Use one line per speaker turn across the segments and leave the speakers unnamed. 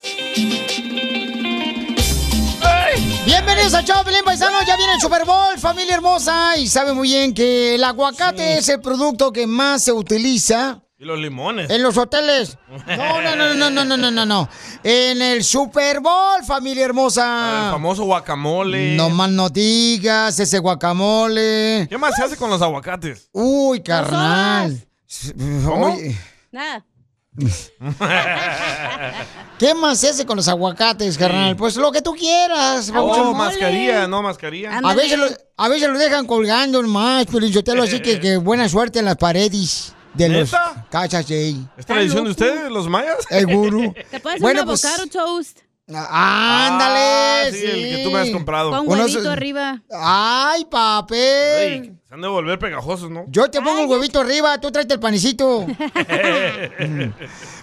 Bienvenidos al show, Pelín Paisano. Ya viene el Super Bowl, familia hermosa. Y sabe muy bien que el aguacate es el producto que más se utiliza
Y los limones.
en los hoteles. No, no, no, no, no, no, no, no, no. En el Super Bowl, familia
El
hermosa.
famoso guacamole.
No más no digas ese guacamole.
¿Qué más se hace con los aguacates?
Uy, carnal.
¿Cómo?
Oye,
Nada.
¿Qué más se hace con los aguacates, carnal? Pues lo que tú quieras.
Oh,
babuchón.
mascarilla, no mascarilla.
A veces, lo, a veces lo dejan colgando más, pero yo te lo así que, que buena suerte en las paredes de los
Eh. ¿Neta?
casas de ahí.
¿Es tradición de ustedes, los mayas?
El gurú.
¿Te puedes hacer
Bueno,
un
pues-
avocado toast
Ándale.
Ah, sí, el que tú me has comprado.
con
Unos-
huevito arriba?
Ay, papel.
Ey, se han de volver pegajosos, ¿no?
Yo te pongo el huevito arriba, tú tráete el panecito. Mm.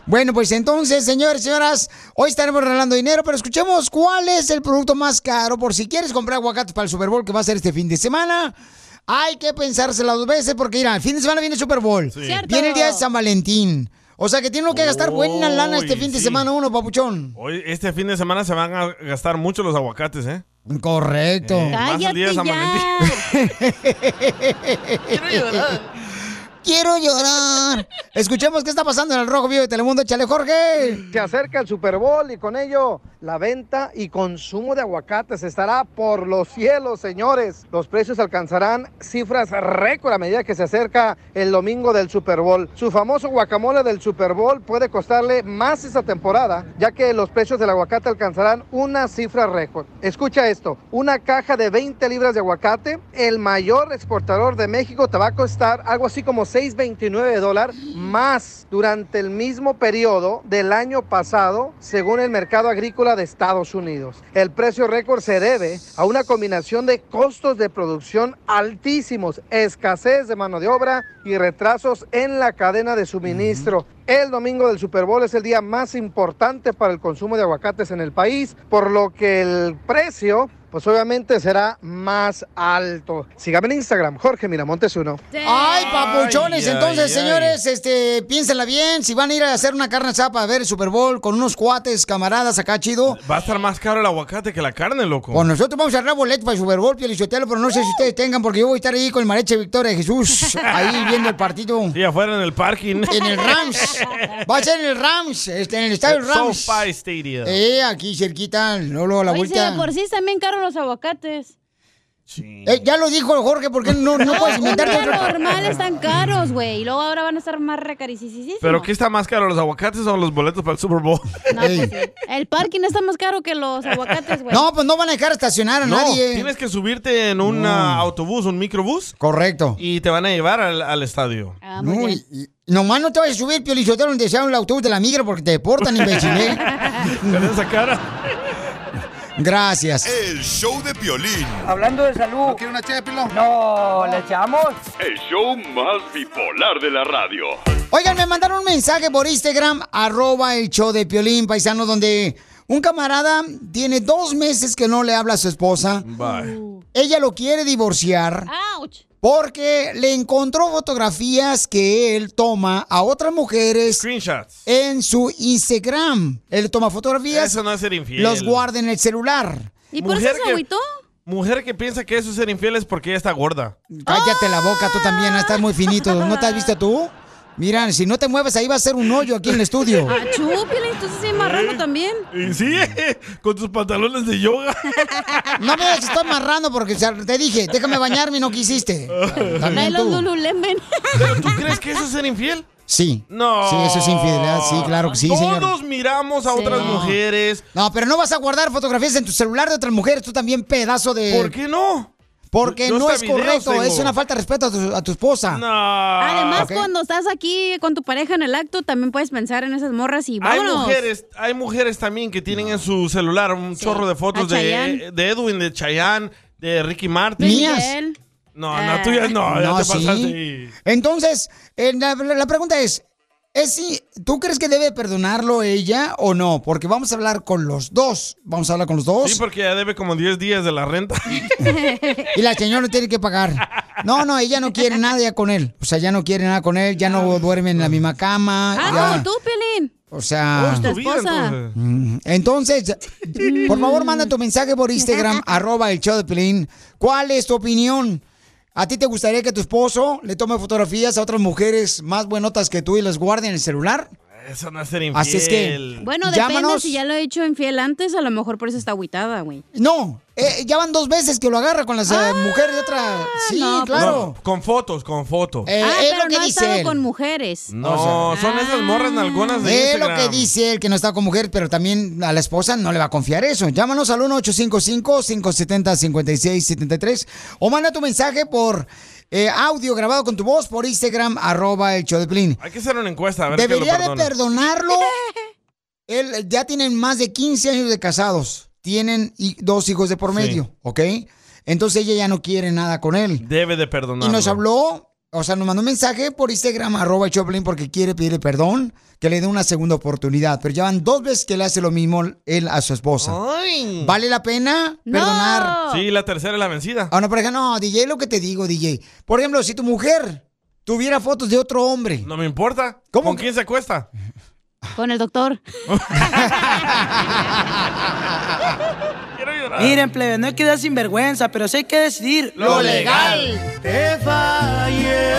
bueno, pues entonces, señores, señoras, hoy estaremos regalando dinero, pero escuchemos cuál es el producto más caro por si quieres comprar aguacates para el Super Bowl que va a ser este fin de semana. Hay que pensársela dos veces porque, mira, el fin de semana viene el Super Bowl.
Cierto.
Viene el día de San Valentín. O sea que tiene uno que gastar buena lana este
Uy,
fin de
sí.
semana uno, papuchón.
Hoy, este fin de semana se van a gastar mucho los aguacates, ¿eh?
Correcto.
Eh, más el día
¡Cállate
de San Valentín.
ya!
Quiero llorar. Escuchemos qué está pasando en el Rojo Vivo de Telemundo. Échale, Jorge.
Se acerca el Super Bowl y con ello la venta y consumo de aguacates estará por los cielos, señores. Los precios alcanzarán cifras récord a medida que se acerca el domingo del Super Bowl. Su famoso guacamole del Super Bowl puede costarle más esta temporada, ya que los precios del aguacate alcanzarán una cifra récord. Escucha esto, una caja de 20 libras de aguacate, el mayor exportador de México, te va a costar algo así como 6.29 dólares más durante el mismo periodo del año pasado, según el mercado agrícola de Estados Unidos. El precio récord se debe a una combinación de costos de producción altísimos, escasez de mano de obra y retrasos en la cadena de suministro. El domingo del Super Bowl es el día más importante para el consumo de aguacates en el país, por lo que el precio, pues obviamente será más alto. Sígame en Instagram, Jorge Miramontes 1.
Ay, papuchones,
Ay,
entonces,
ay,
señores, este, piénsenla bien, si van a ir a hacer una carne asada para ver el Super Bowl con unos cuates, camaradas acá chido.
Va a estar más caro el aguacate que la carne, loco.
Pues nosotros vamos a agarrar boletos para el Super Bowl, Pielichotelo, pero no sé si ustedes tengan, porque yo voy a estar ahí con el Mareche Victoria de Jesús, ahí viendo el partido.
Sí, afuera en el parking.
En el Rams. Va a ser en el Rams, este, en el estadio Rams.
SoFi Stadium.
Eh, aquí cerquita, no lo la
Oye, si de
vuelta.
por sí están bien caros los aguacates.
Sí.
Eh, ya lo dijo Jorge, ¿por qué no, no puedes inventarte
Los
otra?
normales están caros, güey. Y luego ahora van a estar más recarísimos.
¿Pero qué está más caro, los aguacates o los boletos para el Super Bowl?
No, pues sí. El parking está más caro que los aguacates, güey.
No, pues no van a dejar estacionar a
No,
nadie.
tienes que subirte en un ah, autobús, un microbús,
Correcto.
y te van a llevar al, al estadio.
Ah, muy
No,
bien.
y, y- nomás no te vayas a subir, Pio Lizotero, donde sea el autobús de la migra porque te deportan, imbécil. ¿eh?
Con esa cara?
Gracias.
Eh.
El show de Piolín.
Hablando de salud. ¿No quiere una No, ¿le echamos?
El show más bipolar de la radio.
Oigan, me mandaron un mensaje por Instagram, arroba el show de Piolín, paisano, donde un camarada tiene dos meses que no le habla a su esposa. Uh.
Bye.
Ella lo quiere divorciar
¡Auch!
porque le encontró fotografías que él toma a otras mujeres
Screenshots.
en su Instagram. Él toma fotografías,
Eso no es ser infiel.
los guarda en el celular.
¿Y por
Mujer
eso se
que-
agüitó?
Mujer que piensa que eso es ser infiel es porque ella está gorda.
Cállate la boca, tú también, estás muy finito. ¿No te has visto tú? Mira, si no te mueves, ahí va a ser un hoyo aquí en el estudio.
Ah, chúpile, entonces sí, marrano también.
Y sí, con tus pantalones de yoga.
No me digas que estoy marrando porque o sea, te dije, déjame bañarme y no quisiste.
Trae
También
los
tú.
lululemen.
¿Pero tú crees que eso es ser infiel?
Sí.
No.
Sí, eso es infidelidad, sí, claro que sí,
Todos
señor.
miramos a
Sí.
otras mujeres.
No, pero no vas a guardar fotografías en tu celular de otras mujeres, tú también pedazo de...
¿Por qué no?
Porque
Yo
no
hasta
es
videos
correcto,
tengo.
es una falta de respeto a tu, a tu esposa.
No.
Además,
ok.
cuando estás aquí con tu pareja en el acto, también puedes pensar en esas morras y
Hay
vámonos.
mujeres, hay mujeres también que tienen en su celular un
Sí.
chorro de
A
fotos de,
Chayanne.
de Edwin, de Chayanne, de Ricky Martin.
Luis
Mías.
Miguel.
No,
Ah.
no, tuyas no, ya
No,
te
sí.
pasaste.
Entonces, eh, la, la pregunta es, Es si- ¿Tú crees que debe perdonarlo ella o no? Porque vamos a hablar con los dos. Vamos a hablar con los dos.
Sí, porque ya debe como 10 días de la renta.
Y la señora tiene que pagar. No, no, ella no quiere nada ya con él. O sea, ya no quiere nada con él, ya no duerme en la misma cama. ya. Ah.
Ah, como tú, Pelín.
O sea,
tu esposa.
Mm, entonces, por favor, manda tu mensaje por Instagram, arroba el show de Pelín. ¿Cuál es tu opinión? ¿A ti te gustaría que tu esposo le tome fotografías a otras mujeres más buenotas que tú y las guarde en el celular?
Eso no es ser infiel.
Así es que-
Bueno, depende
Llámanos.
si ya lo he hecho infiel antes, a lo mejor por eso está agüitada, güey.
No, eh, ya van dos veces que lo agarra con las eh, mujeres de otra. Sí,
no, pues
claro.
No, con fotos, con fotos.
Eh,
ah,
es
pero
lo que
no ha
dice
estado
él.
con mujeres.
No,
o sea-
son esas morras nalgonas de
Es lo
Instagram.
que dice él, que no está con mujer, pero también a la esposa no le va a confiar eso. Llámanos al 1-855-570-5673 o manda tu mensaje por eh, audio grabado con tu voz por Instagram, arroba el show de Piolín.
Hay que hacer una encuesta, a ver
¿Debería
que lo
de
perdona.
perdonarlo? Él, ya tienen más de 15 años de casados. Tienen hi- dos hijos de por medio, ¿ok? Entonces ella ya no quiere nada con él.
Debe de perdonar.
Y nos habló, o sea, nos mandó un mensaje por Instagram, arroba el Choplin, porque quiere pedirle perdón, que le dé una segunda oportunidad. Pero ya van dos veces que le hace lo mismo él a su esposa. ¿Vale la pena perdonar
Sí, la tercera es la vencida.
a una pareja? No, DJ, lo que te digo, DJ. Por ejemplo, si tu mujer tuviera fotos de otro hombre.
No me importa.
¿Cómo
¿Con
que-
quién se acuesta?
Con el doctor.
Quiero llorar.
Miren, plebe, no hay que dar sinvergüenza, pero sí hay que decidir
Lo legal.
Te fallé.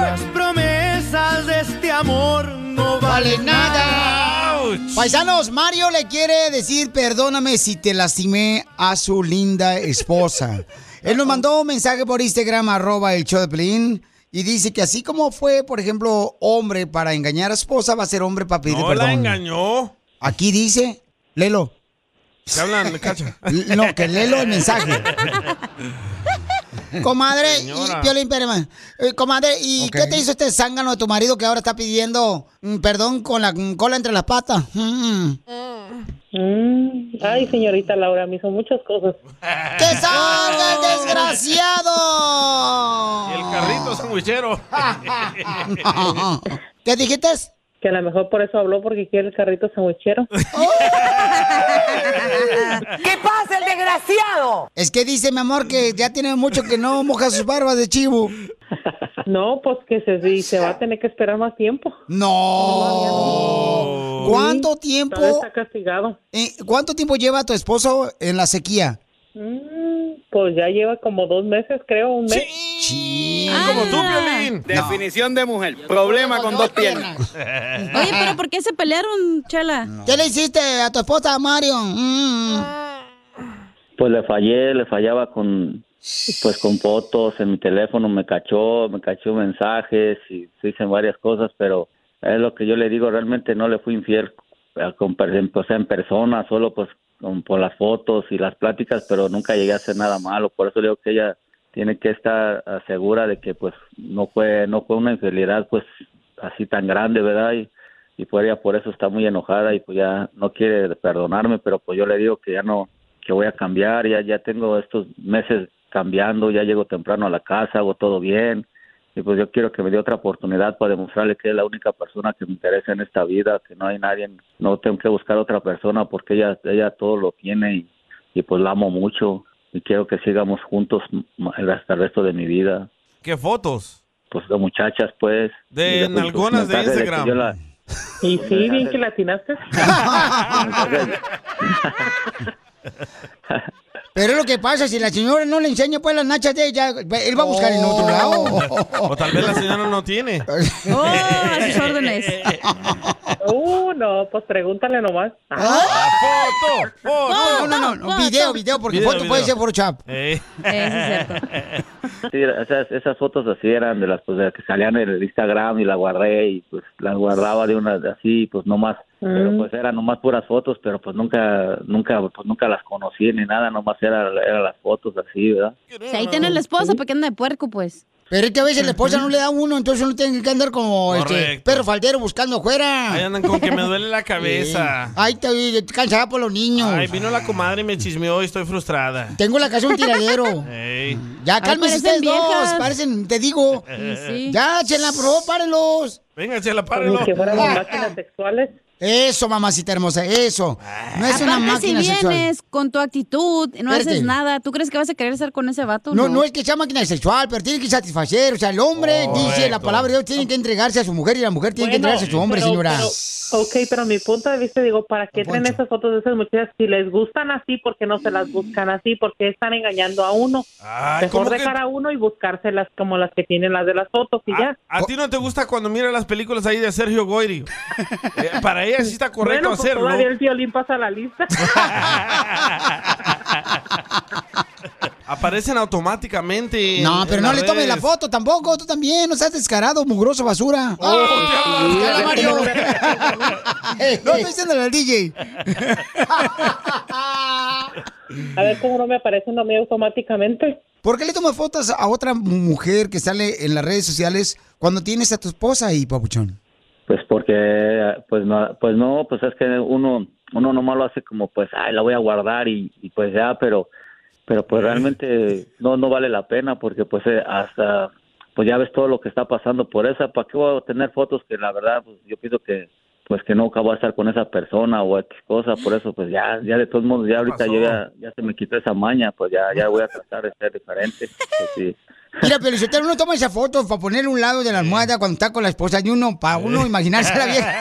Las promesas de este amor no valen nada.
Paisanos, Mario le quiere decir perdóname si te lastimé a su linda esposa. Él nos mandó un mensaje por Instagram, arroba el show de Pelín, y dice que así como fue, por ejemplo, hombre para engañar a esposa, va a ser hombre para pedir
No la
perdón.
engañó.
Aquí dice, Lelo,
¿Qué hablan, cacha?
L- no, que Lelo el mensaje. Comadre,
Señora.
y Piolín Pérez, eh, comadre, ¿y
Ok.
qué te hizo este zángano de tu marido que ahora está pidiendo mm, perdón con la mm, cola entre las patas? Mm.
Mm, Ay, señorita Laura, me hizo muchas cosas.
¡Que salga el desgraciado!
El carrito sandwichero.
¿Qué dijiste?
Que a lo mejor por eso habló, porque quiere el carrito sandwichero.
¿Qué pasa, el desgraciado?
Es que dice, mi amor, que ya tiene mucho que no moja sus barbas de chivo.
No, pues que se, sí, se va a tener que esperar más tiempo.
¡No! ¿Cuánto tiempo,
Todavía está castigado.
eh, ¿Cuánto tiempo lleva tu esposo en la sequía?
Mm, Pues ya lleva como dos meses, creo, un mes.
Sí.
Como
Ah.
tú, Piolín.
Definición de mujer. Problema con dos piernas.
Oye, pero ¿por qué se pelearon, Chela?
¿Qué le hiciste a tu esposa, Mario? Mm.
Pues le fallé, le fallaba con pues con fotos en mi teléfono, me cachó, me cachó mensajes y se dicen varias cosas, pero es lo que yo le digo, realmente no le fui infiel eh, con per- o sea, en persona, solo pues con- por las fotos y las pláticas, pero nunca llegué a hacer nada malo, por eso le digo que ella tiene que estar ah, segura de que pues no fue no fue una infidelidad pues así tan grande, ¿verdad? Y, y pues ella por eso está muy enojada y pues ya no quiere perdonarme, pero pues yo le digo que ya no que voy a cambiar, ya ya tengo estos meses cambiando, ya llego temprano a la casa, hago todo bien y pues yo quiero que me dé otra oportunidad para demostrarle que es la única persona que me interesa en esta vida, que no hay nadie, no tengo que buscar otra persona porque ella ella todo lo tiene y, y pues la amo mucho y quiero que sigamos juntos m- hasta el resto de mi vida
¿Qué fotos?
pues de muchachas, pues.
De
Y sus
nalgonas de
mensajes que
Instagram.
yo la-
Y sí, bien que latinaste.
Pero es lo que pasa, si la señora no le enseña pues las nachas de ella, él va a buscar en otro lado.
O tal vez la señora no tiene.
Oh, a sus órdenes.
Uh, no, pues pregúntale nomás.
¡Foto! ¡Foto!
¿Ah? No, no, no, no, video, video, porque
Video,
foto puede
video.
ser por chat.
Eh,
Eso es cierto.
Sí, esas, esas fotos así eran de las pues, de las que salían en el Instagram y la guardé y pues las guardaba de una así, pues nomás.
Mm.
Pero pues eran nomás puras fotos, pero pues nunca, nunca, pues nunca las conocí ni nada, nomás era- eran las fotos así, ¿verdad?
Si ahí tiene la esposa, ¿para qué anda de puerco, pues?
Pero es que a veces la esposa no le da uno, entonces uno tiene que andar como este,
Correcto.
perro faldero buscando afuera.
Ahí andan con que me duele la cabeza.
Ay, te te cansada por los niños.
Ay, vino la comadre y me chismeó y estoy frustrada.
Tengo la casa un tiradero.
Ey.
Ya cálmense ustedes dos, parecen, te digo.
Sí, sí.
Ya, chela, por favor, párenlos.
Venga, chela, párelo.
Como si fuéramos
Ah,
máquinas sexuales. Eso, mamacita hermosa, eso. No es una
Aparte, si
máquina sexual.
vienes con tu actitud, no
Espérate.
haces nada, ¿tú crees que vas a querer estar con ese vato?
No, no es que sea máquina sexual, pero tiene que satisfacer. O sea, el hombre dice la
Correcto.
palabra de Dios, tiene que entregarse a su mujer y la mujer tiene que
Bueno,
entregarse a su hombre,
pero-
señora.
pero- ok, pero mi punto de vista, digo, ¿para qué traen esas fotos de esas muchachas? Si les gustan así, ¿por qué no se las buscan así? ¿Por qué están engañando a uno? Mejor
¿cómo que- Ah,
dejar a uno y buscárselas como las que tienen las de las fotos y ya.
¿A ti no te gusta cuando miras las películas ahí de Sergio Goyri? Eh, para ella sí está
bueno,
correcto
pues
hacerlo.
todavía el violín pasa la lista.
Aparecen automáticamente.
No,
en
pero no
las
le tomes la
redes.
foto tampoco, tú también, no seas descarado, mugroso basura.
Oh,
Ya la Mario. no estoy diciéndole al DJ.
A ver cómo no me aparecen a mí automáticamente.
¿Por qué le tomas fotos a otra mujer que sale en las redes sociales cuando tienes a tu esposa ahí, papuchón?
Pues porque, pues no, pues no, pues es que uno, uno nomás lo hace como, pues, ay, la voy a guardar y, y pues ya, pero, pero pues realmente no, no vale la pena porque pues eh, hasta, pues ya ves todo lo que está pasando por esa, ¿para qué voy a tener fotos que la verdad, pues yo pienso que, pues que nunca voy a estar con esa persona o X cosa, por eso pues ya, ya de todos modos, ya ahorita
pasó?
yo ya, ya se me quitó esa maña, pues ya, ya voy a tratar de ser diferente, pues sí.
Mira, pero si usted uno toma esa foto para ponerle un lado de la almohada cuando está con la esposa de uno, para uno imaginarse a la vieja.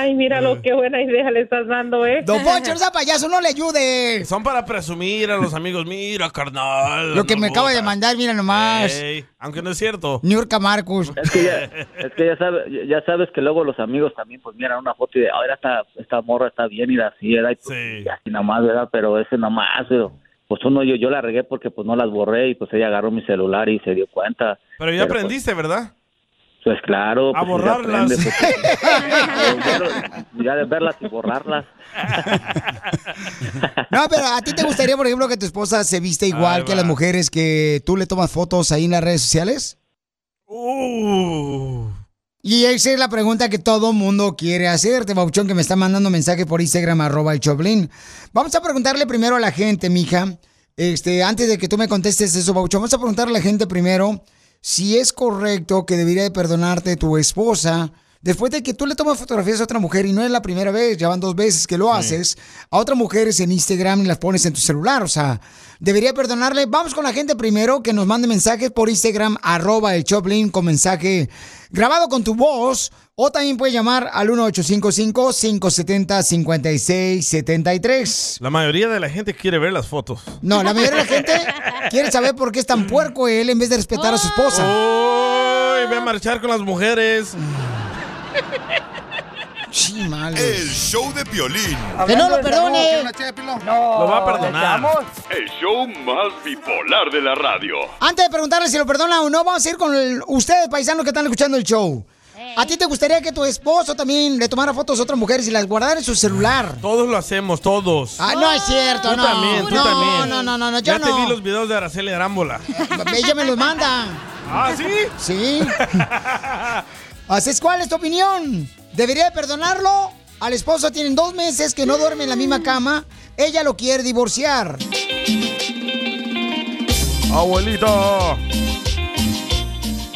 Ay, mira
Eh.
lo que buena idea le estás dando, ¿eh?
Don Poncho, no sea payaso, no le ayude.
Son para presumir a los amigos. Mira, carnal.
Lo que me
nos
acaba de
gusta".
mandar, mira nomás.
Ey, aunque no es cierto.
Niurka Marcus.
Es que ya, es que ya, sabe- ya sabes que luego los amigos también pues miran una foto y de, a ver, esta, esta morra está bien y así era y, pues, y así nada más, ¿verdad? Pero ese nada más, pero, pues uno yo, yo la regué porque pues no las borré y pues ella agarró mi celular y se dio cuenta.
Pero ya aprendiste, ¿verdad?
Pues, pues, claro.
A
pues, uno
borrarlas.
aprende, pues, ya de verlas y borrarlas.
No, pero a ti te gustaría, por ejemplo, que tu esposa se vista igual
Ahí
que
va.
las mujeres que tú le tomas fotos ahí en las redes sociales.
Uh.
Y esa es la pregunta que todo mundo quiere hacerte, Bauchón, que me está mandando mensaje por Instagram, arroba el Choplin. Vamos a preguntarle primero a la gente, mija. Este, antes de que tú me contestes eso, Bauchón, vamos a preguntarle a la gente primero si es correcto que debería de perdonarte tu esposa después de que tú le tomas fotografías a otra mujer y no es la primera vez, ya van dos veces que lo haces, a otras mujeres en Instagram y las pones en tu celular. O sea, debería perdonarle. Vamos con la gente primero que nos mande mensajes por Instagram, arroba el Choplin con mensaje grabado con tu voz. O también puedes llamar al 1855-570-5673.
La mayoría de la gente quiere ver las fotos.
No, la mayoría de la gente quiere saber por qué es tan puerco él en vez de respetar a su esposa.
Uy, ve a marchar con las mujeres.
El
show de Piolín.
Que no lo perdone.
Lo va a
¿le
perdonar.
echamos?
El show más bipolar de la radio.
Antes de preguntarle si lo perdona o no, vamos a ir con el- ustedes, paisanos que están escuchando el show. ¿A ti te gustaría que tu esposo también le tomara fotos a otras mujeres y las guardara en su celular?
Todos lo hacemos, todos.
Ah, no es cierto,
Tú
no.
también, tú
no,
también.
no, no, no, no,
ya
yo
te vi
no.
los videos de Araceli Arámbola.
Ella me los manda.
¿Ah, sí?
Sí. Así es, ¿cuál es tu opinión? ¿Debería perdonarlo? Al esposo tienen dos meses que no duerme en la misma cama. Ella lo quiere divorciar.
Abuelito.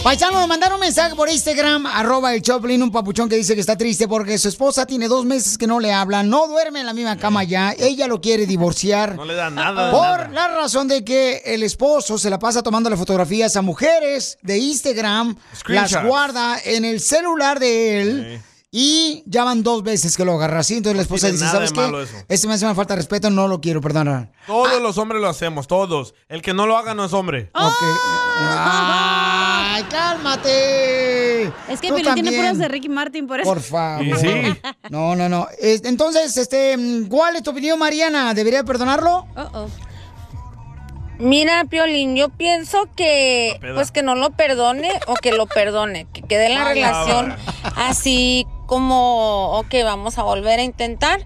Paisano, nos mandaron un mensaje por Instagram, arroba el Choplin, un papuchón que dice que está triste porque su esposa tiene dos meses que no le habla, no duerme en la misma cama ya, ella lo quiere divorciar.
No le da nada. de
Por la
nada.
razón de que el esposo se la pasa tomando las fotografías a mujeres de Instagram,
Screenshots.
las guarda en el celular de él. Y ya van dos veces que lo agarra así. Entonces la esposa
tiene
dice,
nada de
¿sabes
malo
qué?
eso".
Este me hace una falta de respeto, no lo quiero perdonar.
Todos los hombres lo hacemos, todos. El que no lo haga no es hombre.
Ok. ¡Ay, cálmate!
Es que
Tú
Pelín tiene
también.
puras de Ricky Martin, por eso.
Por favor.
Y sí.
No, no, no. Es- Entonces, este, ¿cuál es tu opinión, Mariana? ¿Debería perdonarlo?
Mira, Piolín, yo pienso que
peda.
pues que no lo perdone o que lo perdone, que quede
Ah,
en la
Ay,
relación así como, ok, vamos a volver a intentar,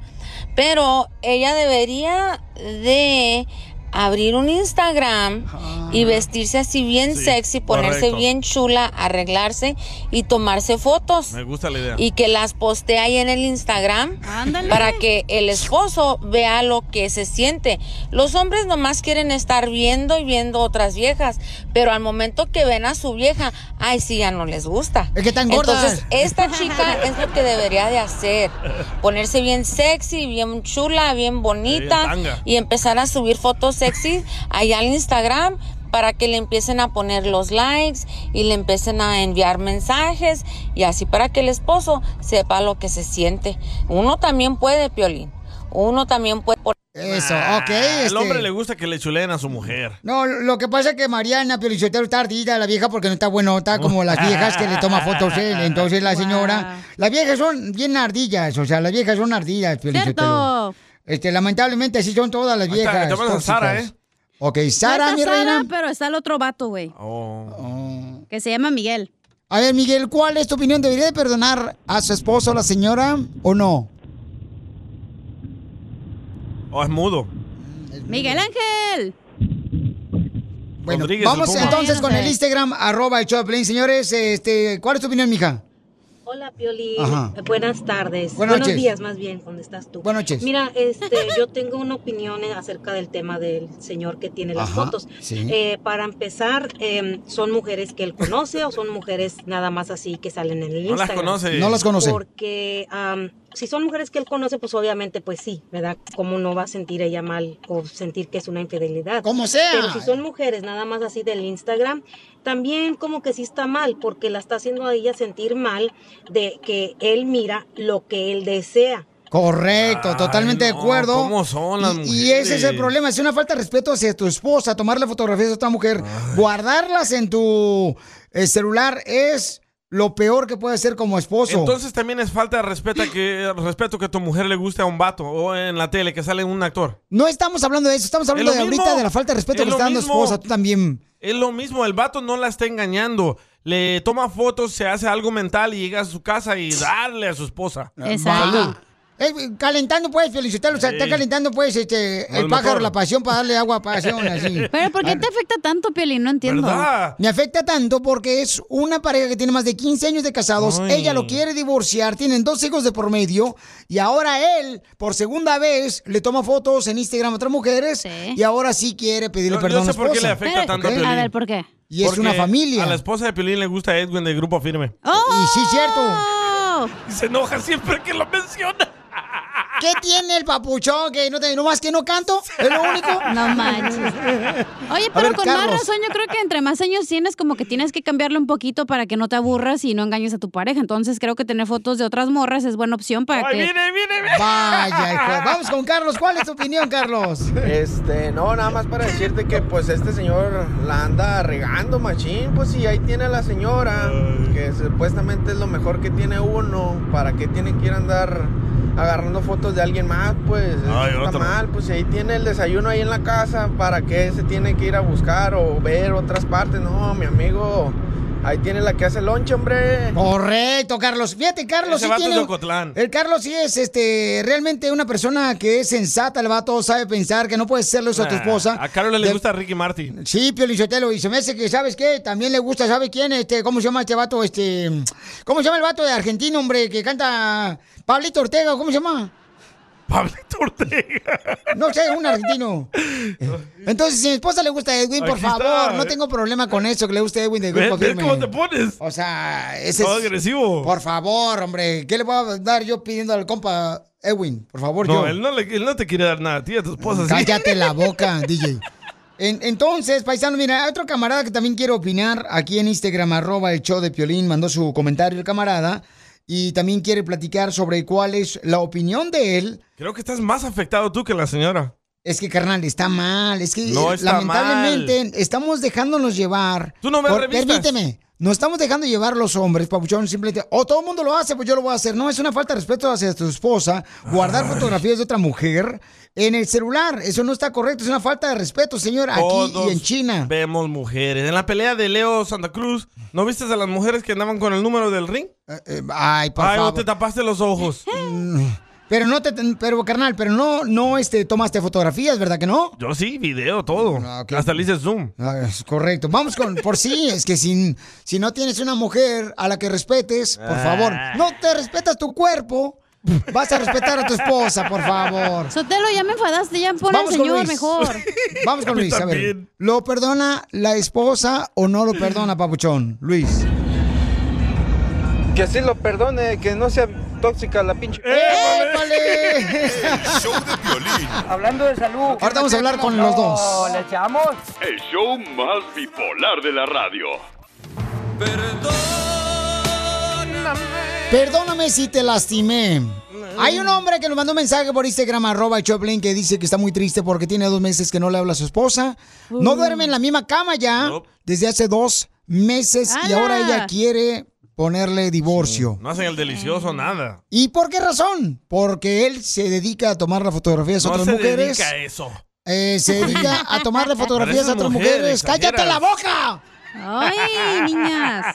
pero ella debería de abrir un Instagram y vestirse así bien
Ah. Sí,
sexy, ponerse
correcto.
bien chula, arreglarse y tomarse fotos.
Me gusta la idea.
Y que las postee ahí en el Instagram
Ándale.
para que el esposo vea lo que se siente. Los hombres nomás quieren estar viendo y viendo otras viejas, pero al momento que ven a su vieja, ay, sí, ya no les gusta.
Es que tan gordas.
Entonces, esta chica es lo que debería de hacer. Ponerse bien sexy, bien chula, bien
Sí,
bonita
en tanga.
y empezar a subir fotos sexy allá al Instagram para que le empiecen a poner los likes y le empiecen a enviar mensajes y así para que el esposo sepa lo que se siente. Uno también puede, Piolín. Uno también puede.
Eso, ok.
Al
este-
Ah, hombre le gusta que le chuleen a su mujer.
No, lo que pasa es que Mariana Piolichotero está ardida, la vieja, porque no está
Oh.
buenota como las viejas que le toma fotos él. Entonces la señora... Las viejas son bien ardillas, o sea, las viejas son ardillas, Piolichotero. Este, lamentablemente así son todas las
Ahí está,
viejas.
que te mandas a Sara, ¿eh?
tóxicas. Ok, Sara,
No
mi
está Sara,
reina. Oh.
pero está el otro vato, güey. Que se llama Miguel.
A ver, Miguel, ¿cuál es tu opinión? ¿Debería de perdonar a su esposo, la señora, o no?
O Oh, es mudo.
Miguel Ángel.
Bueno,
Rodríguez,
vamos
el Puma.
entonces con
Ay, no
el
sé.
Instagram, arroba el Choplin. Señores, este, ¿cuál es tu opinión, mija?
Hola, Piolín.
Ajá.
Eh, Buenas tardes.
Buenas
Buenos
noches.
días, más bien, ¿dónde estás tú?
Buenas noches.
Mira, este, yo tengo una opinión en- acerca del tema del señor que tiene las
Ajá,
fotos.
sí.
Eh, para empezar, eh, ¿son mujeres que él conoce o son mujeres nada más así que salen en el
No las
Instagram?
conoce. No las conoce.
Porque am, si son mujeres que él conoce, pues obviamente, pues sí, ¿verdad? ¿Cómo no va a sentir ella mal o sentir que es una infidelidad?
Como sea.
Pero si son mujeres nada más así del Instagram, también como que sí está mal, porque la está haciendo a ella sentir mal de que él mira lo que él desea.
Correcto, totalmente de acuerdo.
¿cómo son las
y, y ese es el
mujeres?
problema, es una falta de respeto hacia tu esposa, tomarle fotografías a otra mujer, guardarlas en tu eh, celular es lo peor que puede hacer como esposo.
Entonces también es falta de respeto que, respeto que tu mujer le guste a un vato o en la tele que sale un actor.
no estamos hablando de eso, estamos hablando
Es
de
lo mismo,
ahorita de la falta de respeto
es
que le
lo
está dando
mismo.
esposa, tú también.
Es lo mismo, el vato no la está engañando. Le toma fotos, se hace algo mental y llega a su casa y darle a su esposa. Salud.
Eh, calentando pues, felicitarlo, o sea,
Sí.
está calentando pues este,
Como el
el pájaro,
motor.
la pasión para darle agua a pasión, así.
Pero ¿por qué te afecta tanto, Piolín? No entiendo.
Me afecta tanto porque es una pareja que tiene más de 15 años de casados.
Ay.
Ella lo quiere divorciar, tienen dos hijos de por medio. Y ahora él, por segunda vez, le toma fotos en Instagram a otras mujeres. Y ahora sí quiere pedirle
Yo- yo
perdón a
sé
su
por qué
esposa.
le afecta
Pero-
tanto a
¿ok?
Piolín.
¿Por qué?
Y es una familia.
A la esposa de Piolín le gusta Edwin del grupo firme.
Y sí, cierto.
Y se enoja siempre que lo menciona.
¿Qué tiene el papuchón? Que no te, nomás que no canto. Es lo único.
No manches. Oye,
A
pero
ver,
con más
Carlos.
razón, yo creo que entre más años tienes, como que tienes que cambiarle un poquito para que no te aburras y no engañes a tu pareja. Entonces creo que tener fotos de otras morras es buena opción para que.
Vaya, hijo. Vamos con Carlos. ¿Cuál es tu opinión, Carlos?
Este, no, nada más para decirte que pues este señor la anda regando, machín, pues y ahí tiene a la señora, que supuestamente es lo mejor que tiene uno, ¿para qué tiene que ir a andar agarrando fotos de alguien más? Pues eso
Ay,
está
otro.
mal, pues y ahí tiene el desayuno ahí en la casa, ¿para qué se tiene que ir a buscar o ver otras partes? No, mi amigo, ahí tiene la que hace lonche, hombre.
Correcto, Carlos. Fíjate, Carlos
Ese
sí
vato es
tiene.
de Ocotlán.
El Carlos sí es este realmente una persona que es sensata, el vato sabe pensar que no puede hacerlo eso a tu
Nah,
esposa.
A Carol le
De-
gusta Ricky Martin.
Sí, Piolichotelo, y se me hace que, ¿sabes qué? También le gusta, ¿sabe quién? Este, ¿cómo se llama este vato? Este, ¿cómo se llama el vato de Argentina, hombre? Que canta Pablito Ortega, ¿cómo se llama?
Pablito Ortega.
No sé, un argentino. Entonces, si a mi esposa le gusta Edwin, por
Aquí está.
favor, no tengo problema con eso que le guste Edwin de grupo
¿Ves
firme.
cómo te pones?
O sea, ese
Todo
es-
agresivo.
Por favor, hombre, ¿qué le voy a dar yo pidiendo al compa Edwin? Por favor,
No,
yo.
él no, le- él no te quiere dar nada, tía, tu esposa sí.
Cállate la boca, DJ. En- entonces, paisano, mira, hay otro camarada que también quiere opinar aquí en Instagram, arroba el show de Piolín, mandó su comentario el camarada y también quiere platicar sobre cuál es la opinión de él.
Creo que estás más afectado tú que la señora.
Es que, carnal, está mal, es que
No está
lamentablemente estamos dejándonos llevar.
Tú no ves
por-
revistas.
Permíteme. Nos estamos dejando llevar los hombres, papuchón, simplemente. O todo el mundo lo hace, pues yo lo voy a hacer. No, es una falta de respeto hacia tu esposa. Guardar fotografías de otra mujer en el celular. Eso no está correcto. Es una falta de respeto, señor, aquí y
Todos
en China.
Vemos mujeres. En la pelea de Leo Santa Cruz, ¿no viste a las mujeres que andaban con el número del ring?
Eh, ay, por
Ay, o
favor.
te tapaste los ojos.
Pero no te, pero carnal, pero no, no, este, tomaste fotografías, ¿verdad que no?
Yo sí, video, todo. Hasta le hice zoom.
Ah, es correcto. Vamos con, por sí, es que sin, si no tienes una mujer a la que respetes, por favor,
Ah.
no te respetas tu cuerpo, vas a respetar a tu esposa, por favor.
Sotelo, ya me enfadaste, ya pon al
Vamos con
señor
Luis.
mejor.
Vamos con
A mí
Luis, a ver.
también.
¿Lo perdona la esposa o no lo perdona, papuchón? Luis.
Que así lo perdone, que no sea tóxica la pinche.
Hablando de salud.
Ahorita vamos a hablar con los dos.
No, ¿Le echamos?
El show más bipolar de la radio.
Perdóname si te lastimé. Hay un hombre que nos mandó un mensaje por Instagram, arroba el Choplin, que dice que está muy triste porque tiene dos meses que no le habla a su esposa. No
Uh.
duerme en la misma cama ya desde hace dos meses y
¡Ala!
ahora ella quiere ponerle divorcio.
No hacen el delicioso nada.
¿Y por qué razón? Porque él se dedica a tomar las fotografías a
No
otras
se
mujeres.
dedica a eso.
Eh, se dedica a tomarle fotografías a
Pareces
otras
mujer,
mujeres. ¡Cállate
exageras.
la boca!
Ay, niñas.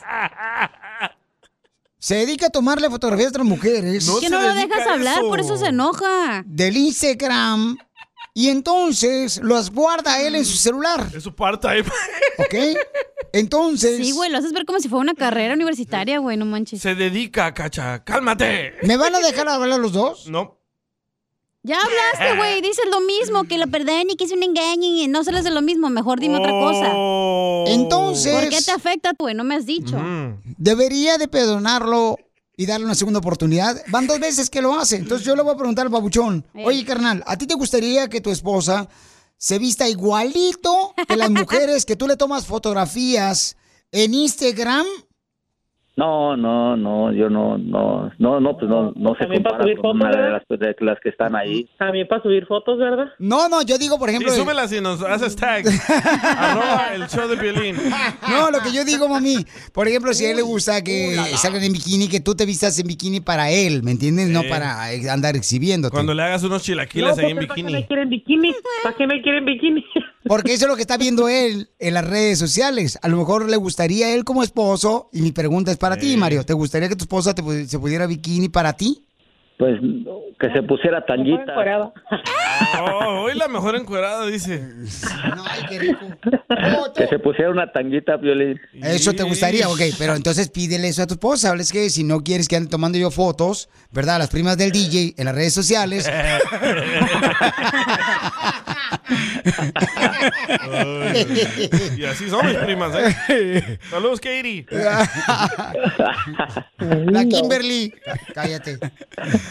Se dedica a tomarle fotografías a otras mujeres.
que no lo dejas hablar, por eso se enoja.
del Instagram y entonces los guarda él
Mm.
en su celular.
Es su part-time.
¿Ok? Entonces.
Sí, güey, lo haces ver como si fuera una carrera universitaria, güey, no manches.
Se dedica, cacha. ¡Cálmate!
¿Me van a dejar hablar los dos?
No.
Ya hablaste, güey, dices lo mismo, que lo perdón y que es un engaño y no sales de lo mismo, mejor dime otra cosa.
Entonces-
¿Por qué te afecta, güey? No me has dicho.
Debería de perdonarlo y darle una segunda oportunidad. Van dos veces que lo hace. Entonces yo le voy a preguntar al babuchón. Oye, carnal, ¿a ti te gustaría que tu esposa se vista igualito que las mujeres que tú le tomas fotografías en Instagram?
No, no, no, yo no, no, no, no, pues no, no se
También para
compara
subir
con
fotos,
una de
¿verdad?
las, pues, de las que están ahí.
También para subir fotos, ¿verdad?
No, no, yo digo, por ejemplo.
Sí, súbela si nos haces tag. Arroba el show de violín.
No, lo que yo digo, mami. Por ejemplo, si a él le gusta que salgan en bikini, que tú te vistas en bikini para él, ¿me entiendes? No
Sí.
para eh, andar exhibiéndote.
Cuando le hagas unos chilaquiles
No,
pues,
ahí en
porque para que
bikini.
quieren bikini? ¿Para qué me quieren bikini?
Porque eso es lo que está viendo él en las redes sociales. A lo mejor le gustaría a él como esposo. Y mi pregunta es para ti, Mario. ¿Te gustaría que tu esposa te pu- se pudiera bikini para ti?
Pues que se pusiera tanguita.
Oh, hoy la mejor encuerada, dice.
Que se pusiera una tanguita, Violín.
Eso te gustaría, ok. Pero entonces pídele eso a tu esposa. Es que si no quieres que anden tomando yo fotos, ¿verdad? Las primas del DJ en las redes sociales.
Ay, y así son mis primas, ¿eh? Saludos, Katie.
La Kimberly. Cállate.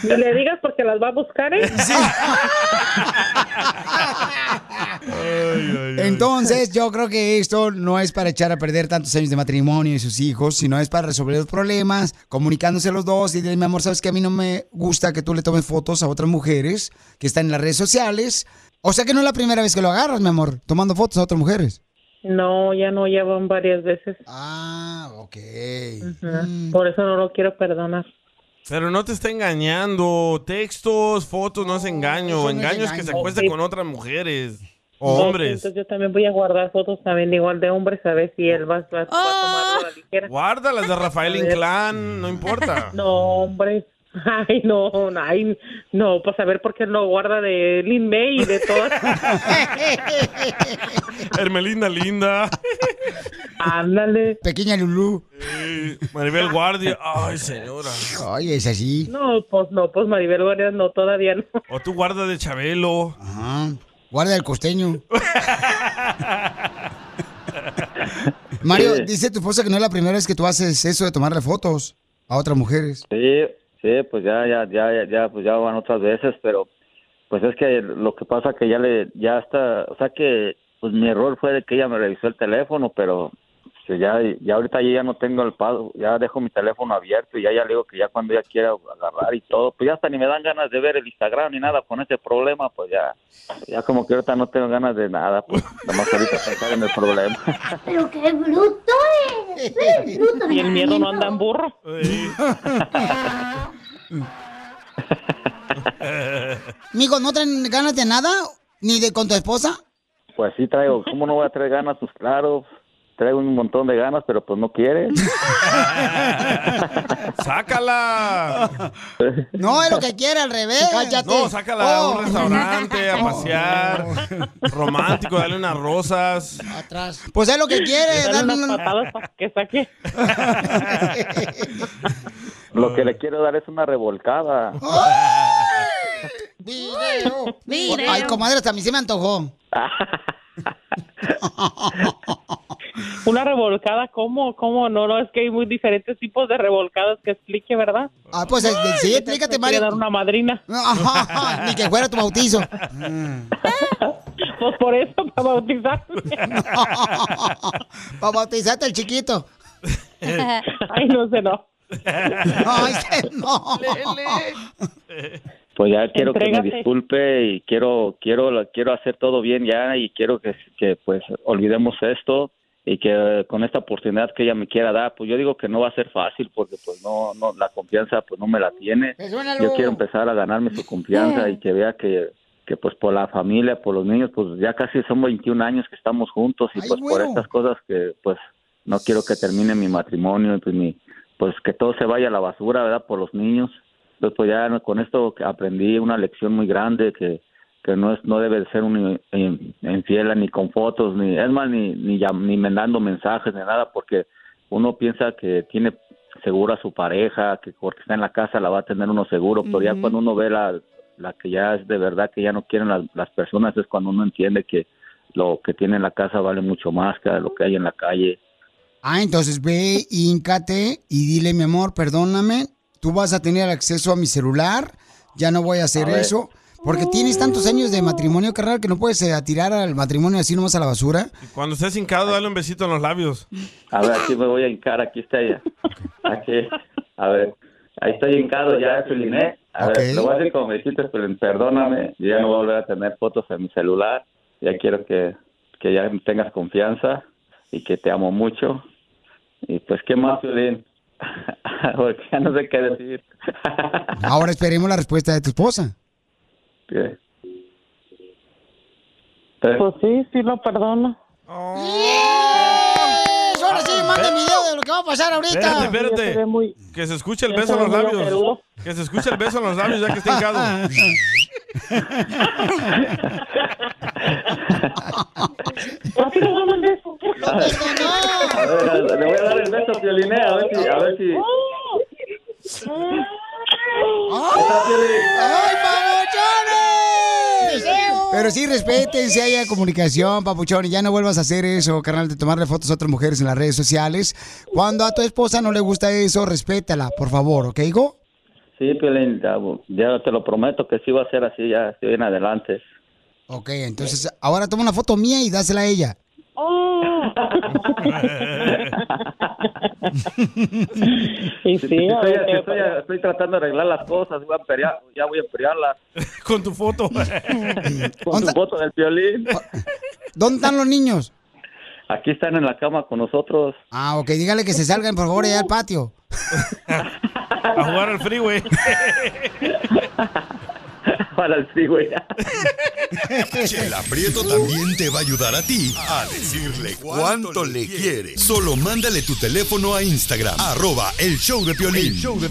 Ni le digas porque las va a buscar, ¿eh?
Entonces, yo creo que esto no es para echar a perder tantos años de matrimonio y sus hijos, sino es para resolver los problemas, comunicándose los dos y decir, mi amor, sabes que a mí no me gusta que tú le tomes fotos a otras mujeres que están en las redes sociales. O sea que no es la primera vez que lo agarras, mi amor, tomando fotos a otras mujeres.
No, ya no, ya van varias veces.
Ah, ok.
Por eso no lo quiero perdonar.
Pero no te está engañando. Textos, fotos, no es engaño.
eso no es
engaño es que se
engaño.
acuesta
Sí.
con otras mujeres. O
Ok,
hombres.
Entonces yo también voy a guardar fotos también igual de hombres a ver si él va, va- va a tomar la ligera.
Guarda las de Rafael Inclán, no importa.
No, hombre. Ay, no, no, ay, no, pues a ver por qué no guarda de Lin May y de todas.
Hermelinda Linda.
Ándale.
Pequeña Lulú.
Eh, Maribel Guardia. Ay, señora.
Ay, es así.
No, pues no, pues Maribel Guardia no, todavía no.
O tu guarda de Chabelo.
Ajá. Guarda el costeño. Mario,
Sí.
dice tu esposa que no es la primera vez que tú haces eso de tomarle fotos a otras mujeres.
Sí, sí, pues ya, ya, ya, ya, ya, pues ya van otras veces, pero pues es que lo que pasa que ya le, ya está, o sea que, pues mi error fue de que ella me revisó el teléfono, pero que ya, ya ahorita yo ya no tengo el pago, ya dejo mi teléfono abierto y ya, ya le digo que ya cuando ella quiera agarrar y todo, pues ya hasta ni me dan ganas de ver el Instagram ni nada con ese problema, pues ya, ya como que ahorita no tengo ganas de nada, pues nada más ahorita pensar en el problema.
Pero qué bruto es. Qué bruto,
Y el miedo no anda en
hermanito.
burro.
Migo, ¿no traen ganas de nada? ¿Ni de con tu esposa?
Pues sí traigo, ¿cómo no voy a traer ganas? Pues claro, traigo un montón de ganas, pero pues no quiere.
¡Sácala!
No, es lo que quiere, al revés. Cállate.
No, sácala a
Oh.
un restaurante, a pasear. Romántico, dale unas rosas.
Atrás. Pues es lo que quiere.
Dale
darle
unas
una-
patadas
Que saque.
Lo que le quiero dar es una revolcada.
Video.
Video.
Ay, comadre, hasta a mí se me antojó.
Una revolcada, ¿cómo? ¿Cómo? No, no, es que hay muy diferentes tipos de revolcadas que explique, ¿verdad?
Ah, pues eh, sí, explícate, Mario.
dar una madrina.
Ni que fuera tu bautizo.
Pues por eso, para bautizarme.
para bautizarte el chiquito.
Ay, no sé, no.
Ay, que no.
Pues ya quiero que
Entrégate.
me disculpe y quiero quiero quiero hacer todo bien ya y quiero que, que pues olvidemos esto y que con esta oportunidad que ella me quiera dar, pues yo digo que no va a ser fácil porque pues no no la confianza pues no me la tiene.
Te suena
Yo
algo.
quiero empezar a ganarme su confianza
Eh.
y que vea que que pues por la familia, por los niños, pues ya casi son 21 años que estamos juntos y
Ay,
pues por
güero.
estas cosas que pues no quiero que termine mi matrimonio y pues mi pues que todo se vaya a la basura, ¿verdad? Por los niños. Entonces, pues ya no- con esto que aprendí una lección muy grande que, que no es no debe de ser un in- infiel ni con fotos ni es más ni ni llam- ni mandando mensajes ni nada porque uno piensa que tiene segura a su pareja, que porque está en la casa la va a tener uno seguro, pero ya
Ujú.
cuando uno ve la la que ya es de verdad que ya no quieren las, las personas es cuando uno entiende que lo que tiene en la casa vale mucho más que lo que hay en la calle.
Ah, entonces ve, híncate y dile, mi amor, perdóname, tú vas a tener acceso a mi celular, ya no voy a hacer
A ver.
eso. Porque tienes tantos años de matrimonio, carnal, que no puedes eh, tirar al matrimonio así nomás a la basura.
Cuando estés hincado, dale un besito en los labios.
A ver, aquí me voy a hincar, aquí está ella. Aquí, a ver, ahí estoy hincado ya, Feliné. A ver,
Ok.
lo voy a decir como me dijiste, Piolín, perdóname, yo ya no voy a volver a tener fotos en mi celular, ya quiero que, que ya tengas confianza y que te amo mucho. Y pues, ¿qué más, Piolín? Porque ya no sé qué decir.
Ahora esperemos la respuesta de tu esposa.
¿Qué?
Eh.
Pues sí, sí lo perdono.
¡Yes! Ahora sí, manda video de lo que va a pasar ahorita.
Espérate, espérate. Que se escuche el
ya
beso
se
en los
ve muy
labios.
ojerudo.
Que se escuche el beso en los labios ya que esté hincado.
A ver, a ver, a- le voy a dar el beso, Piolín, ¿eh? a ver si... A ver si...
¡Ay, papuchones! Pero sí, respeten, si haya comunicación, papuchones. Ya no vuelvas a hacer eso, carnal, de tomarle fotos a otras mujeres en las redes sociales. Cuando a tu esposa no le gusta eso, respétala, por favor, ¿ok, hijo?
Sí, Piolín, ya, ya te lo prometo que sí va a ser así, ya, de hoy en adelante.
Ok, entonces ahora toma una foto mía y dásela a ella.
Oh. Sí,
sí,
estoy,
a ver
sí
qué
estoy- estoy tratando de arreglar las cosas, voy a emperear- ya voy a emperearlas.
Con tu foto.
Con tu foto del violín.
¿Dónde están los niños?
Aquí están en la cama con nosotros.
Ah, ok, dígale que se salgan, por favor, allá al patio.
A jugar al freeway.
Para el freeway.
Chela Prieto también te va a ayudar a ti a decirle cuánto le quiere. Solo mándale tu teléfono a Instagram, arroba el show de Piolín. show de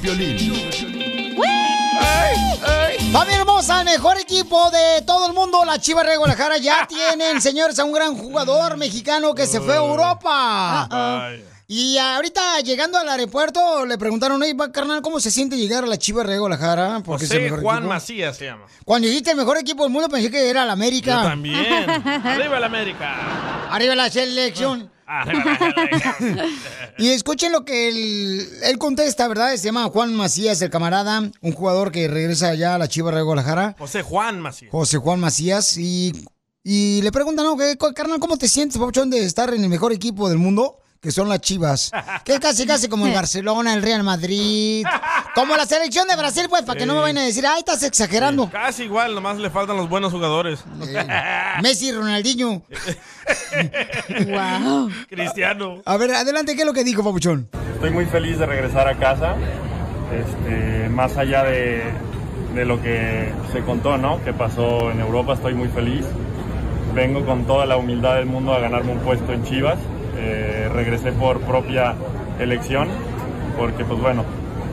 Familia hermosa, el mejor equipo de todo el mundo, la Chivas Rey de Guadalajara, ya tienen, señores, a un gran jugador mexicano que se fue a Europa. Y ahorita llegando al aeropuerto le preguntaron, oye, va, carnal, ¿cómo se siente llegar a la Chivas Rey de Guadalajara? Porque es el
José
mejor
Juan
equipo.
Macías se llama.
Cuando dijiste el mejor equipo del mundo pensé que era la América.
Yo también. Arriba la América.
Arriba la selección.
Arriba la América.
Y escuchen lo que él, él contesta, ¿verdad? Se llama Juan Macías, el camarada, un jugador que regresa allá a la Chivas Rey de Guadalajara.
José Juan Macías.
José Juan Macías y, y le preguntan, ¿no? ¿Qué, cu- carnal, ¿cómo te sientes, Papuchón, de estar en el mejor equipo del mundo? Que son las Chivas. Que es casi, casi como el Barcelona, el Real Madrid. Como la selección de Brasil, pues, para que no me
Sí.
vayan a decir, ay, estás exagerando.
Casi igual, nomás le faltan los buenos jugadores.
Messi, Ronaldinho. wow.
Cristiano.
A ver, adelante, ¿qué es lo que dijo, Papuchón?
Estoy muy feliz de regresar a casa, este, más allá de, de lo que se contó, ¿no? Que pasó en Europa, estoy muy feliz. Vengo con toda la humildad del mundo a ganarme un puesto en Chivas. eh, regresé por propia elección, porque pues bueno,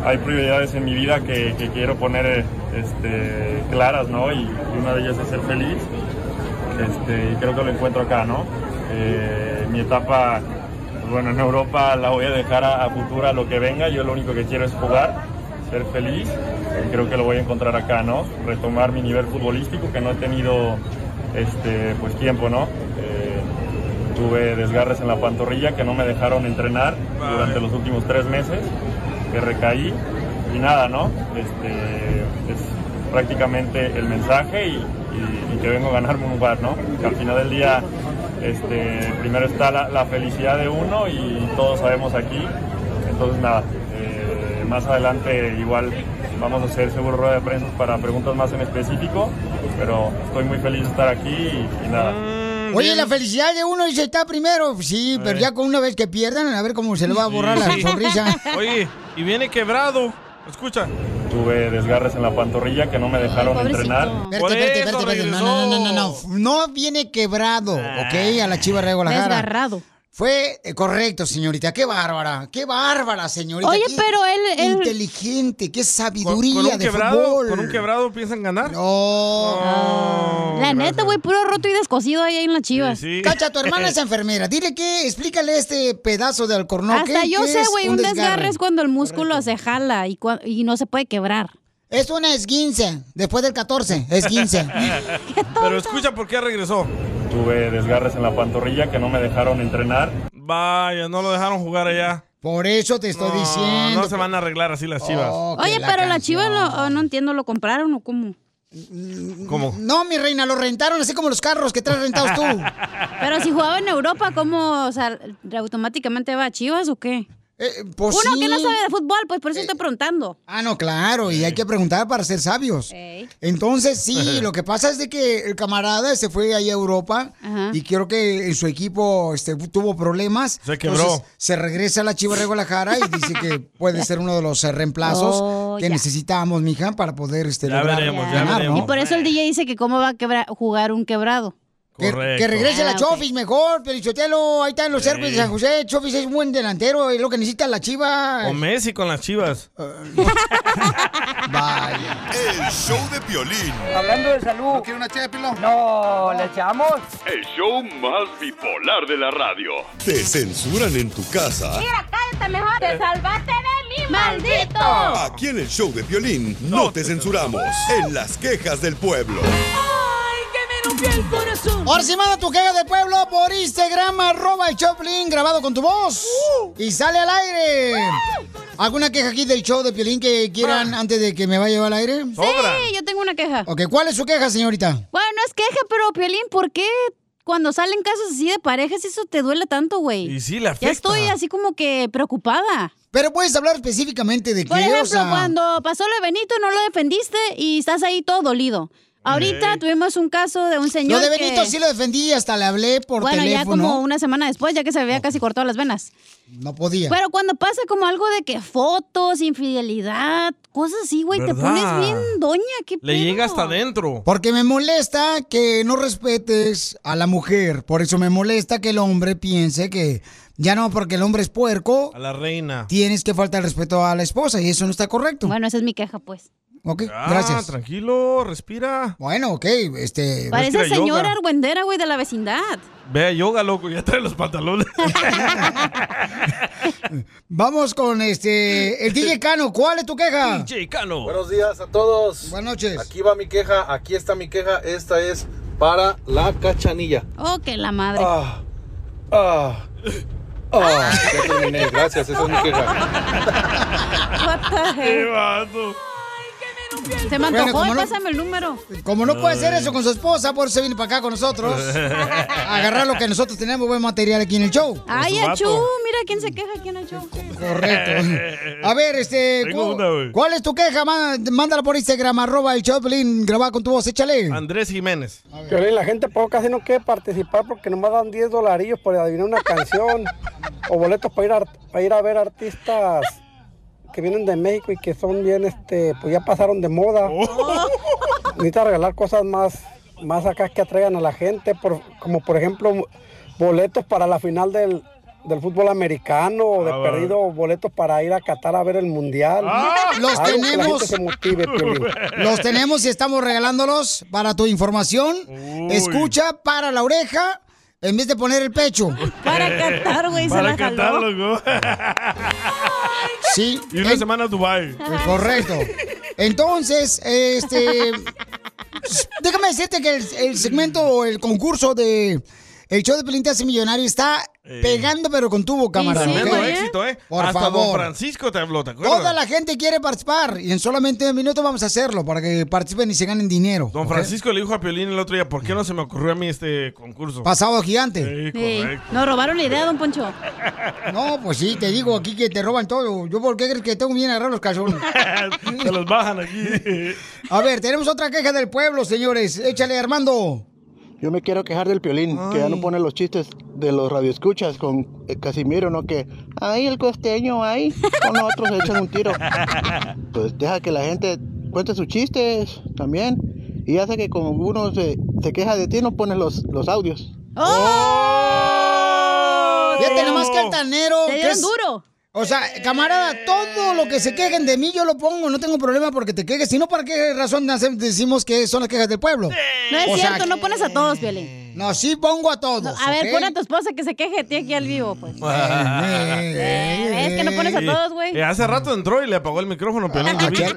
hay prioridades en mi vida que, que quiero poner eh, este, claras, ¿no? Y una de ellas es ser feliz. Este, y creo que lo encuentro acá, ¿no? Eh, mi etapa, pues, bueno, en Europa la voy a dejar a, a futura lo que venga. Yo lo único que quiero es jugar, ser feliz. Y creo que lo voy a encontrar acá, ¿no? Retomar mi nivel futbolístico que no he tenido, este, pues tiempo, ¿no? Eh, tuve desgarres en la pantorrilla que no me dejaron entrenar durante los últimos tres meses, que recaí y nada, ¿no? Este, es prácticamente el mensaje y, y- y que vengo a ganarme un lugar, ¿no? Que al final del día, este, primero está la, la felicidad de uno y todos sabemos aquí, entonces nada. eh, más adelante igual vamos a hacer seguro rueda de prensa para preguntas más en específico, pero estoy muy feliz de estar aquí y, y nada.
Mm,
Oye, la felicidad de uno dice está primero. Sí, pero ya con una vez que pierdan, a ver cómo se le va a borrar la
Sí.
sonrisa.
Oye, y viene quebrado. Escucha.
Tuve desgarres en la pantorrilla que no me dejaron entrenar.
Espérate, espérate, espérate, espérate. No, no, no, no, no. No viene quebrado, ¿ok? A la Chiva de Guadalajara.
Ah. Desgarrado.
Fue eh, correcto, señorita. Qué bárbara. Qué bárbara, señorita.
Oye,
Qué
pero él- él-
Inteligente, qué
Con
sabiduría
un
de
quebrado,
fútbol.
con un quebrado piensan ganar.
No.
Oh, La neta, güey, puro roto y descosido ahí en la chivas.
Cacha, tu hermana es enfermera. Dile que, explícale este pedazo de alcornoque.
Hasta yo
que
sé,
es
güey, un desgarre? es cuando el músculo se jala y, cua- y no se puede quebrar.
Es una esguince, después del 14, esguince.
Pero escucha por qué regresó. Tuve desgarres en la pantorrilla que no me dejaron entrenar.
Vaya, no lo dejaron jugar
Ah.
allá.
Por eso te estoy diciendo. Oh,
No se van a arreglar así las chivas.
Oye, pero la chivas, lo- oh, no entiendo, ¿lo compraron o cómo?
¿Cómo?
Mm, No, mi reina, lo rentaron así como los carros que traes rentados tú.
Pero si jugaba en Europa, ¿cómo? O sea, ¿automáticamente va a chivas o qué?
pues
Uno
sí. Eh,
que no sabe de fútbol, pues por eso estoy preguntando.
Ah, no, claro, y hay que preguntar para ser sabios.
Ey.
Entonces, sí, lo que pasa es de que el camarada se fue ahí a Europa
Ajá.
y creo que en su equipo este, tuvo problemas.
Se quebró.
Entonces, se regresa a la Chiva de Guadalajara y dice que puede ser uno de los eh, reemplazos
Oh,
que
ya.
necesitamos, mija, para poder este,
Ya
lograr
veremos, ya
ganar, ¿no?
veremos.
Y por eso el DJ dice que cómo va a quebra- jugar un quebrado.
Correcto.
Que regrese la
Ah, ok.
Chofis mejor, Pelichotelo, ahí está en los
Sí.
cercos de San José, Chofis es un buen delantero, es lo que necesita la Chiva.
O Messi con las chivas.
Vaya.
El show de Piolín.
Hablando de salud. ¿No quiere una ché de pilón? No, ¿le echamos?
El show más bipolar de la radio.
Te censuran en tu casa.
cállate mejor.
Eh.
Te salvaste de mí, maldito.
Aquí en el show de Piolín no te censuramos. En las quejas del pueblo.
Ahora sí manda tu queja del pueblo por Instagram, arroba el Choplin, grabado con tu voz.
Uh.
Y sale al aire. ¿Alguna queja aquí del show de Piolín que quieran
Ah.
antes de que me vaya al aire?
Sí, yo tengo una queja.
Ok, ¿cuál es su queja, señorita?
Bueno, no es queja, pero Piolín, ¿por qué cuando salen casos así de parejas eso te duele tanto, güey?
Y sí,
Ya
la afecta.
estoy así como que preocupada.
Pero puedes hablar específicamente de
Por
qué, o
ejemplo,
sea-
cuando pasó lo de Benito no lo defendiste y estás ahí todo dolido. Ahorita
Ey.
tuvimos un caso de un señor
Lo de
que-
Benito sí lo defendí, hasta le hablé por
bueno,
teléfono.
ya como una semana después, ya que se
Oh.
había casi cortado las venas.
No podía.
Pero cuando pasa como algo de que fotos, infidelidad, cosas así, güey, te
¿Verdad?
pones bien doña, qué
Le llega hasta adentro.
Porque me molesta que no respetes a la mujer. Por eso me molesta que el hombre piense que ya no porque el hombre es puerco,
A la reina.
tienes que faltar el respeto a la esposa y eso no está correcto.
Bueno, esa es mi queja, pues.
Ok,
Ah,
gracias.
tranquilo, respira.
Bueno, ok, este...
Parece
Respira yoga.
señora argüendera, güey, de la vecindad.
Ve a yoga, loco, ya trae los pantalones.
Vamos con este... El DJ Cano, ¿cuál es tu queja?
Buenos días a todos.
Buenas noches.
Aquí va mi queja, aquí está mi queja. Esta es para la cachanilla.
Oh, que la madre.
Ah, ah, ah. Ya terminé, gracias, esa es mi queja.
What the heck?
Qué
Se me
Bueno,
antojó,
como no-
pásame el número.
Como no puede hacer eso con su esposa, por eso viene para acá con nosotros. A agarrar lo que nosotros tenemos, buen material aquí en el show.
Pues,
Ay, Achú, mira quién se queja, quién Achú.
Correcto. A ver, este.
Tengo
cu-
una, güey.
¿Cuál es tu queja? Má- Mándala por Instagram, arroba el Choplin, grabada con tu voz, échale.
Andrés Jiménez.
Piolín, la gente por casi no quiere participar porque nomás dan 10 dolarillos por adivinar una canción o boletos para ir, a, art- para ir a ver artistas que vienen de México y que son bien, este, pues ya pasaron de moda.
Oh.
Necesita regalar cosas más, más acá que atraigan a la gente, por- como por ejemplo boletos para la final del, del fútbol americano, de
bueno.
perdido boletos para ir a Qatar a ver el mundial.
Ah, los
Algo que la
tenemos.
gente se motive, Piolín.
Los tenemos y estamos regalándolos para tu información. Escucha para la oreja en vez de poner el pecho. Eh,
Para cantar, güey, se Para la jaló. cantar,
loco. Sí.
Y una semana a Dubai.
Correcto. Entonces, este. Déjame decirte que el, el segmento o el concurso de. El show de Pelín te hace millonario está
Eh.
pegando, pero con tubo, camarada.
Tremendo
¿ok?
éxito, ¿eh?
Por
Hasta Don
favor.
Francisco te habló, ¿te acuerdas?
Toda la gente quiere participar y en solamente un minuto vamos a hacerlo para que participen y se ganen dinero.
Don Francisco le dijo a Piolín el otro día, ¿por qué no se me ocurrió a mí este concurso?
Pasado gigante.
Sí, correcto.
Nos robaron la idea, don Poncho.
No, pues sí, te digo aquí que te roban todo. ¿Yo por qué crees que tengo bien agarrar los calzones?
se los bajan aquí.
A ver, tenemos otra queja del pueblo, señores. Échale, Armando.
Yo me quiero quejar del piolín, que ya no pone los chistes de los radioescuchas con eh, Casimiro, ¿no? Que, ay, el costeño, ay, con los otros se echan un tiro. Pues deja que la gente cuente sus chistes también. Y hace que como uno se, se queja de ti, no pones los, los audios.
¡Oh! Fíjate nomás que altanero.
¡Oh! Te
que
dieron
es-
duro.
O sea, camarada, todo lo que se quejen de mí yo lo pongo, no tengo problema porque te quejes, sino para qué razón nace- decimos que son las quejas del pueblo.
No es
O sea,
cierto, no pones a todos, Violín.
No, sí pongo a todos.
a ver,
¿ok?
pon a tu esposa que se queje de ti aquí al vivo, pues.
Es
Es que no pones a todos, güey.
Eh, hace rato entró y le apagó el micrófono, Piolín.
Ah,
yo vi.
ya-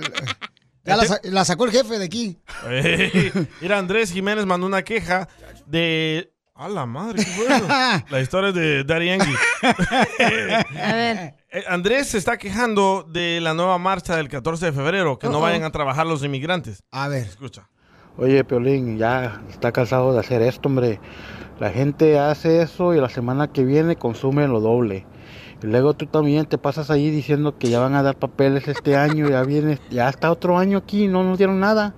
Ya la, sa- la sacó el jefe de aquí.
Ey, Mira, Andrés Jiménez mandó una queja de. ¡A la madre! ¿qué fue eso? La historia de Daddy Yankee.
A ver.
Eh, Andrés se está quejando de la nueva marcha del 14 de febrero, que no
Uh-oh.
vayan a trabajar los inmigrantes.
A ver.
Escucha.
Oye, Piolín, ya está cansado de hacer esto, hombre. La gente hace eso y la semana que viene consume lo doble. Y luego tú también te pasas ahí diciendo que ya van a dar papeles este año, ya viene, ya está otro año aquí, no nos dieron nada.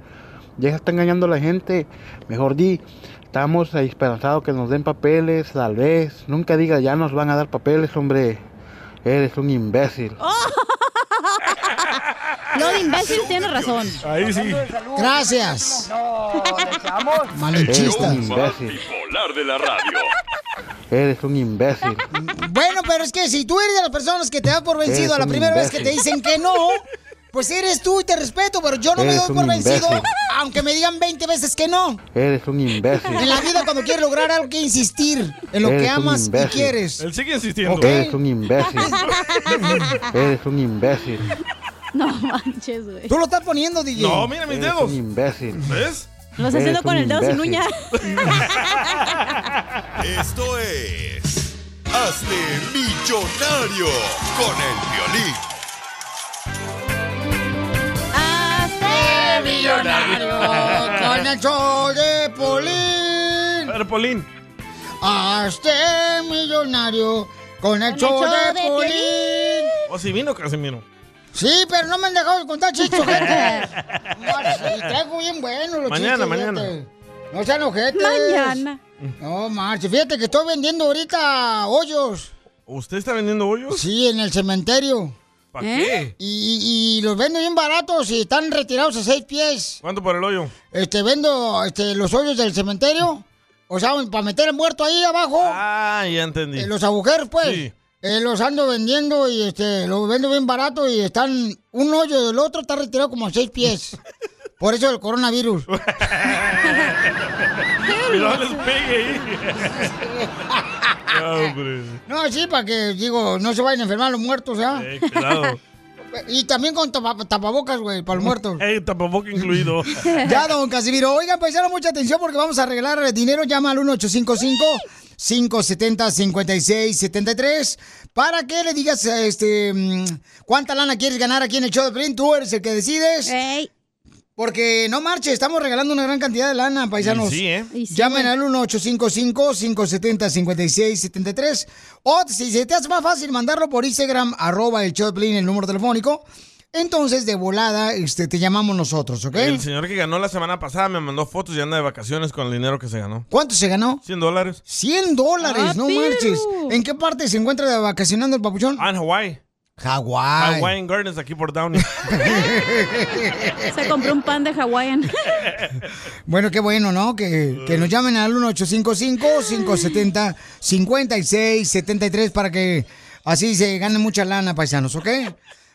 Ya se está engañando a la gente. Mejor di, estamos ahí esperanzados que nos den papeles, tal vez. Nunca digas, ya nos van a dar papeles, hombre. Eres un imbécil.
Lo de imbécil tiene razón.
Ahí sí.
Gracias.
Eres un
Más
imbécil.
bipolar de la radio.
Eres un imbécil.
Bueno, pero es que si tú eres de las personas que te das por vencido
Eres
a la
un
primera vez que te
imbécil.
dicen que no, pues eres tú y te respeto, pero yo no me
Eres
doy
un
por vencido
imbécil.
aunque me digan 20 veces que no.
Eres un imbécil.
En la vida cuando quieres lograr algo hay que insistir en lo que
Eres un
amas y
imbécil.
quieres.
Él sigue insistiendo.
Eres un imbécil. Eres un imbécil.
No manches, güey.
Tú lo estás poniendo, DJ.
No, mira mis
Eres
dedos.
un imbécil.
¿Ves?
Lo está haciendo
Eres
con
un
el dedo sin
imbécil.
uña.
Esto es. Hazte millonario con el violín.
¡Hazte millonario con el show de Polín!
Polín.
¡Hazte este millonario con el
el
show
show
de
de
Polín!
O si Oh, vino Casimiro.
Sí, pero no me han dejado de contar chistes, gente. No, sí, traigo bien bueno los
Mañana,
chistes,
mañana.
fíjate. No sean ojetes.
Mañana.
No, marche. Fíjate que estoy vendiendo ahorita hoyos.
¿Usted está vendiendo hoyos?
Sí, en el cementerio.
¿Para qué?
Y, y- y los vendo bien baratos y están retirados a seis pies.
¿Cuánto por el hoyo?
Este, vendo este, los hoyos del cementerio. O sea, para meter el muerto ahí abajo.
Ah, ya entendí.
Eh, los agujeros, pues.
Sí.
eh, los ando vendiendo y este, los vendo bien barato y están un hoyo del otro, está retirado como a seis pies. Por eso el coronavirus.
Cuidado, les pegue ahí. Ya, hombre.
No, sí, para que, digo, no se vayan a enfermar los muertos, ¿ah?
Eh, cuidado.
Y también con tapa- tapabocas, güey, para los muertos.
Eh, tampoco incluido.
Ya, don Casimiro. Oigan, paisano, mucha atención porque vamos a arreglar dinero. Llama al 1855-570-5673 para que le digas este, mm, cuánta lana quieres ganar aquí en el show de Pelín. Tú eres el que decides. Porque no marche, estamos regalando una gran cantidad de lana, paisanos.
Y sí, ¿eh? Y sí.
Llamen al 1-855-570-5673. O si se te hace más fácil mandarlo por Instagram, arroba el show de Pelín, el número telefónico. Entonces, de volada, este, te llamamos nosotros, ¿ok?
El señor que ganó la semana pasada me mandó fotos y anda de vacaciones con el dinero que se ganó.
¿Cuánto se ganó?
100 dólares.
100 dólares,
Ah,
no
pero.
marches. ¿En qué parte se encuentra vacacionando el papuchón?
Ah, en Hawái.
Hawái.
Hawaiian Gardens aquí por Downey.
Se compró un pan de Hawaiian.
Bueno, qué bueno, ¿no? Que, que nos
Mm.
llamen al 1855-570-5673 para que así se gane mucha lana, paisanos, ¿ok?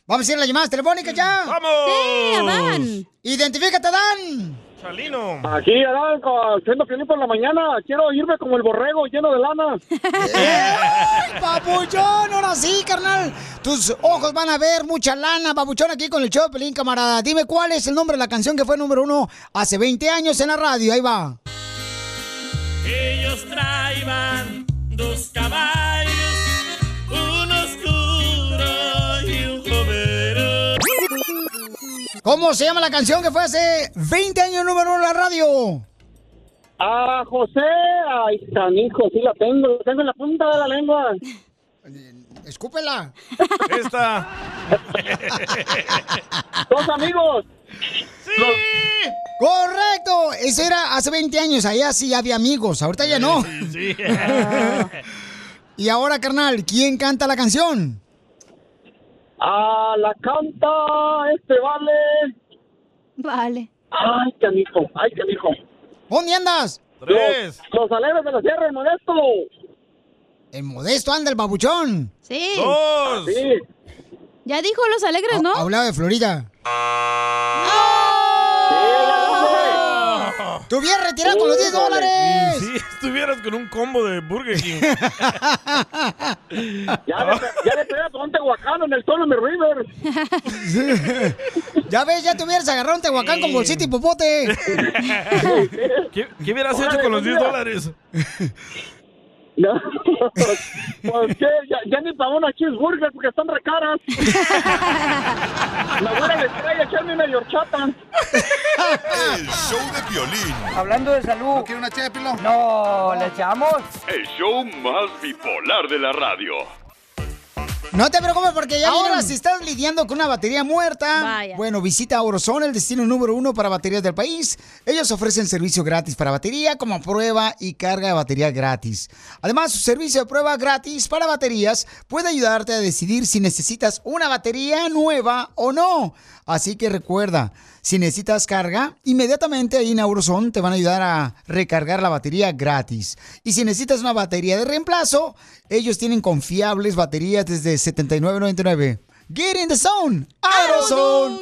Vamos a ir a las llamadas telefónicas ya.
¡Vamos!
Sí, Adán. Identifícate, Adán.
Chalino.
Aquí, Adán, co- haciendo Ah, piolín por la mañana. Quiero irme como el borrego lleno de lana.
¡Ay, papuchón! Ahora sí, carnal. Tus ojos van a ver mucha lana, papuchón, aquí con el show de Pelín, camarada. Dime cuál es el nombre de la canción que fue número uno hace 20 años en la radio. Ahí va.
Ellos traían dos caballos, un oscuro y un jovero.
¿Cómo se llama la canción que fue hace 20 años número uno en la radio?
Ah, José. Ay, canijo, sí la tengo. La tengo en la punta de la lengua.
Escúpela.
Esta.
Dos amigos.
¡Correcto! Eso era hace 20 años. Allá sí había amigos. Ahorita ya no. Ah.
Sí.
Y ahora, carnal, ¿quién canta la canción?
Ah, la canta este vale.
Vale.
Ay, canijo, ay, canijo.
¿Dónde andas?
Tres. Los, los aleros de la sierra, el modesto.
El modesto anda, el babuchón.
Sí.
Dos. Sí.
Ya dijo los alegres, ¿no?
Hablaba de Florida.
Eh,
¡Te hubieras retirado con los 10 dólares!
Sí, estuvieras con un combo de Burger King.
Ya le, ya le pegué a un tehuacano en el Tolome River.
ya ves, ya te hubieras agarrado un tehuacán con bolsita y popote.
¿Qué, qué hubieras hecho con los 10 dólares?
No. Pues qué, ya, ya ni para una cheeseburger porque están recaras. Me voy a la estrella a echarme una yorchata.
El show de Piolín.
Hablando de salud. ¿No quiere una No, ¿le echamos?
El show más bipolar de la radio.
No te preocupes porque ya ahora si estás lidiando con una batería muerta, bueno, visita Orozone, el destino número uno para baterías del país. Ellos ofrecen servicio gratis para batería como prueba y carga de batería gratis. Además, su servicio de prueba gratis para baterías puede ayudarte a decidir si necesitas una batería nueva o no. Así que recuerda, si necesitas carga, inmediatamente ahí en Auroson te van a ayudar a recargar la batería gratis. Y si necesitas una batería de reemplazo, ellos tienen confiables baterías desde $79.99. Get in the zone, AutoZone.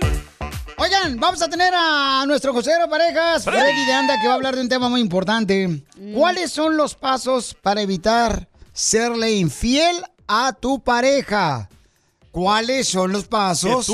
Oigan, vamos a tener a nuestro consejero de parejas,
Freddy.
Freddy de Anda, que va a hablar de un tema muy importante. ¿Cuáles son los pasos para evitar serle infiel a tu pareja? ¿Cuáles son los pasos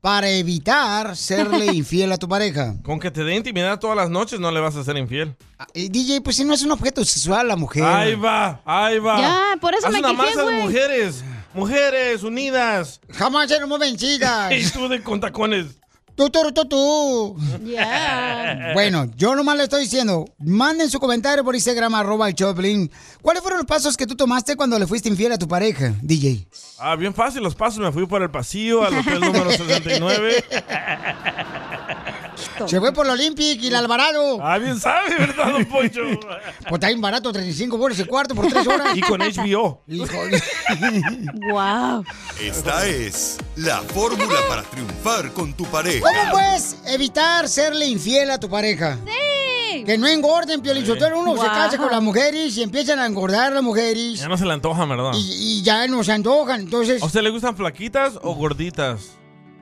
para evitar serle infiel a tu pareja?
Con que te dé intimidad todas las noches no le vas a ser infiel.
Eh, DJ, pues si no es un objeto sexual la mujer.
Ahí va, ahí va.
Ya, por eso
Haz
me
una
quejé,
masa de
güey.
mujeres. Mujeres unidas.
Jamás seremos vencidas.
y tú de con tacones.
Tú, tú, tú, tú.
Yeah.
Bueno, yo nomás le estoy diciendo, manden su comentario por Instagram, arroba el Choplin. ¿Cuáles fueron los pasos que tú tomaste cuando le fuiste infiel a tu pareja, DJ?
Ah, bien fácil los pasos. Me fui por el pasillo al hotel número 69.
Se fue por el Olympic y el Alvarado.
Ah, bien sabe, ¿verdad, don Poncho?
Pues está bien barato, 35 bolas el cuarto por 3 horas.
Y con HBO.
wow.
Esta es la fórmula para triunfar con tu pareja.
¿Cómo puedes evitar serle infiel a tu pareja?
Sí.
Que no engorden, Piolín. Sotelo. Uno se
Wow.
casa con las mujeres y empiezan a engordar las mujeres
Ya no se le antoja, ¿verdad?
y ya no se antojan. Entonces,
¿A usted le gustan flaquitas o gorditas?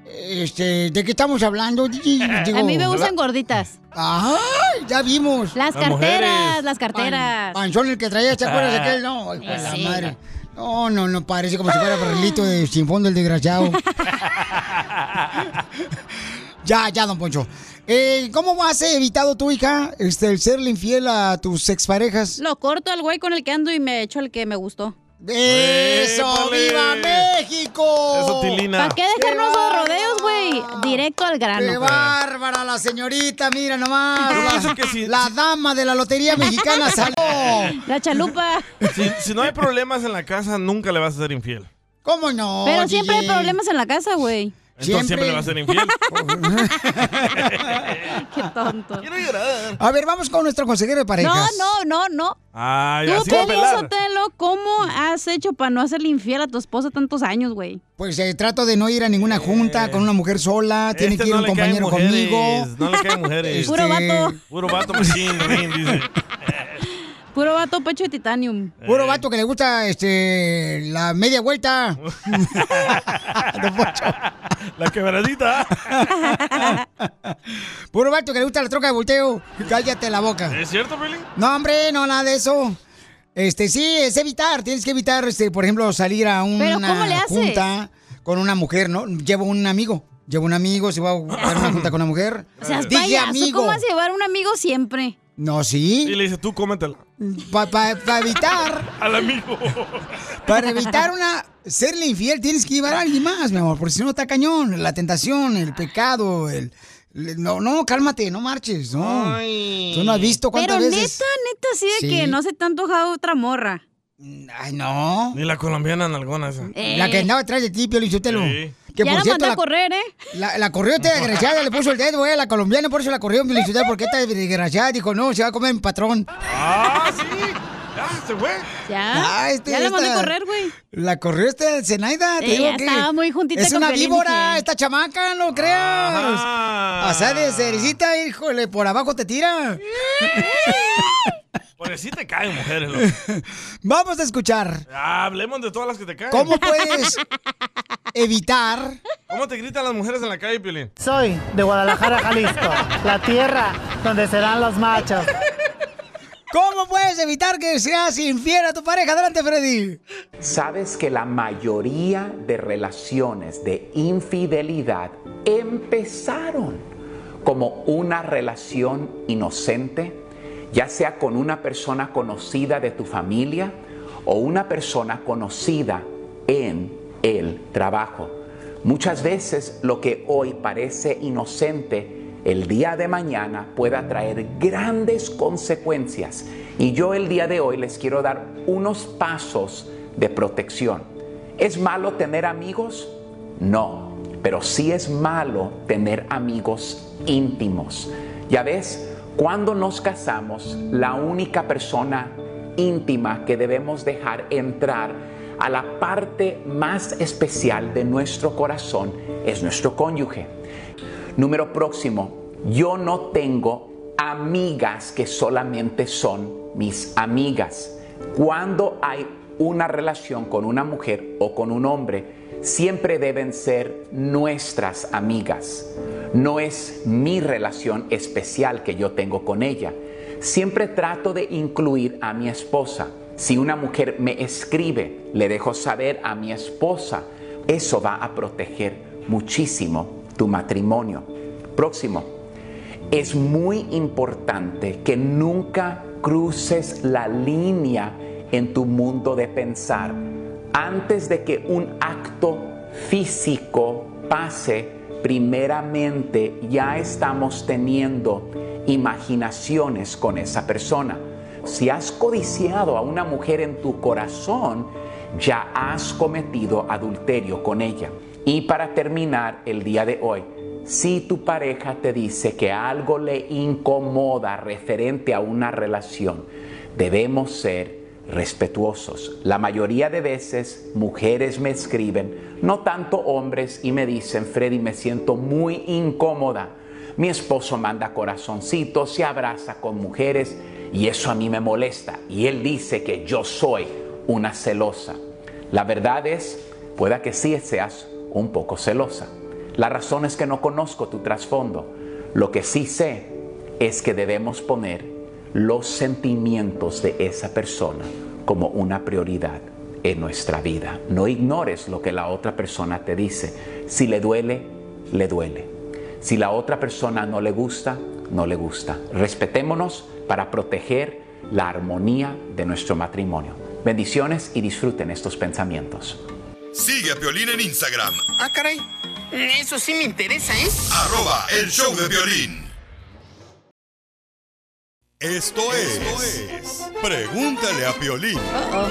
este, ¿de qué estamos hablando? DJ? Digo,
a mí me gustan gorditas.
¡Ay! Ya vimos.
Las
Las
carteras,
mujeres.
las carteras.
Pan- panzón el que traía, ¿te acuerdas de aquel? No, hijo de la
Sí.
madre. No, no, no, parece como si fuera perrito de sin fondo el desgraciado. ya, ya, don Poncho. Eh, ¿Cómo has evitado tu hija este, el serle infiel a tus exparejas?
Lo corto al güey con el que ando y me echo al que me gustó.
¡Eso!
¡Épale!
¡Viva México!
Eso, Tilina.
¿Para qué dejarnos los rodeos, güey? Directo al grano.
¡Qué bárbara la señorita! Mira nomás.
pienso
La, la dama de la lotería mexicana salió.
La chalupa.
Si, si no hay problemas en la casa, nunca le vas a ser infiel.
¿Cómo no?
Pero siempre hay
DJ?
problemas en la casa, güey.
Entonces siempre le va a ser infiel.
Qué tonto.
A ver, vamos con nuestro consejero de parejas.
No, no, no, no.
Ay,
Tú,
así va a
Piolín
pelar.
Sotelo, ¿cómo has hecho para no hacerle infiel a tu esposa tantos años, güey?
Pues eh, trato de no ir a ninguna junta con una mujer sola. Ah, Tiene
Este
que ir
no
un
le caen
compañero
mujeres,
conmigo.
No le caen mujeres.
Puro Este- vato.
Puro vato, machín, rin, dice.
Puro vato pecho de titanium.
Eh.
Puro vato que le gusta este la media vuelta.
La quebradita.
Puro vato que le gusta la troca de volteo. Cállate la boca.
¿Es cierto, Pelín?
No, hombre, no, nada de eso. Este, sí, es evitar. Tienes que evitar, este, por ejemplo, salir a una
Pero, ¿cómo le haces?
junta con una mujer, ¿no? Llevo un amigo. Llevo un amigo, se va a buscar una junta con una mujer.
Seas
Dije
payaso,
amigo.
¿cómo vas a llevar un amigo siempre?
No, sí.
Y le dice, tú cómetela.
Para evitar,
Al amigo.
para evitar una serle infiel, tienes que llevar a alguien más, mi amor, porque si no está cañón, la tentación, el pecado, el, el- no, no, cálmate, no marches, no. Tú no has visto cuántas
Pero
veces.
neta, neta, sí
Sí.
de que no se te ha antojado otra morra.
Ay, no.
Ni la colombiana nalgona esa.
La que andaba atrás de ti, Pio Lichotelo.
Ya la mandé a correr, ¿eh?
La, la corrió este esta desgraciada, le puso el dedo, eh, a la colombiana, por eso la corrió, Pio Lichotelo, porque esta desgraciada dijo, no, se va a comer mi patrón.
Ah, sí. Ya, se fue.
Ya.
Ah, este,
ya la mandé a
esta-
correr, güey.
La corrió esta Zenaida, te
Ella
digo que.
estaba muy juntita
Es
con
una
Piolín,
víbora,
dije.
esta chamaca, no creas. O sea, de cerecita, híjole, por abajo te tira.
Por Pues sí te caen mujeres, loco.
Vamos a escuchar.
Ah, hablemos de todas las que te caen.
¿Cómo pues? puedes evitar?
¿Cómo te gritan las mujeres en la calle, Piolín?
Soy de Guadalajara, Jalisco, la tierra donde serán los machos.
¿Cómo puedes evitar que seas infiel a tu pareja? Adelante, Freddy.
Sabes que la mayoría de relaciones de infidelidad empezaron como una relación inocente, ya sea con una persona conocida de tu familia o una persona conocida en el trabajo. Muchas veces lo que hoy parece inocente el día de mañana pueda traer grandes consecuencias. Y yo el día de hoy les quiero dar unos pasos de protección. ¿Es malo tener amigos? No, pero sí es malo tener amigos íntimos. Ya ves, cuando nos casamos, la única persona íntima que debemos dejar entrar a la parte más especial de nuestro corazón es nuestro cónyuge. Número próximo, yo no tengo amigas que solamente son mis amigas. Cuando hay una relación con una mujer o con un hombre, siempre deben ser nuestras amigas. No es mi relación especial que yo tengo con ella. Siempre trato de incluir a mi esposa. Si una mujer me escribe, le dejo saber a mi esposa. Eso va a proteger muchísimo tu matrimonio. Próximo, es muy importante que nunca cruces la línea en tu mundo de pensar. Antes de que un acto físico pase, primeramente ya estamos teniendo imaginaciones con esa persona. Si has codiciado a una mujer en tu corazón, ya has cometido adulterio con ella. Y para terminar el día de hoy, si tu pareja te dice que algo le incomoda referente a una relación, debemos ser respetuosos. La mayoría de veces mujeres me escriben, no tanto hombres, y me dicen, Freddy, me siento muy incómoda. Mi esposo manda corazoncitos, se abraza con mujeres y eso a mí me molesta. Y él dice que yo soy una celosa. La verdad es, pueda que sí seas un poco celosa. La razón es que no conozco tu trasfondo. Lo que sí sé es que debemos poner los sentimientos de esa persona como una prioridad en nuestra vida. No ignores lo que la otra persona te dice. Si le duele, le duele. Si la otra persona no le gusta, no le gusta. Respetémonos para proteger la armonía de nuestro matrimonio. Bendiciones y disfruten estos pensamientos.
Sigue a Piolín en Instagram,
Ah, caray. Eso sí me interesa, ¿eh?
arroba el show de Piolín. Esto es, Pregúntale a Piolín.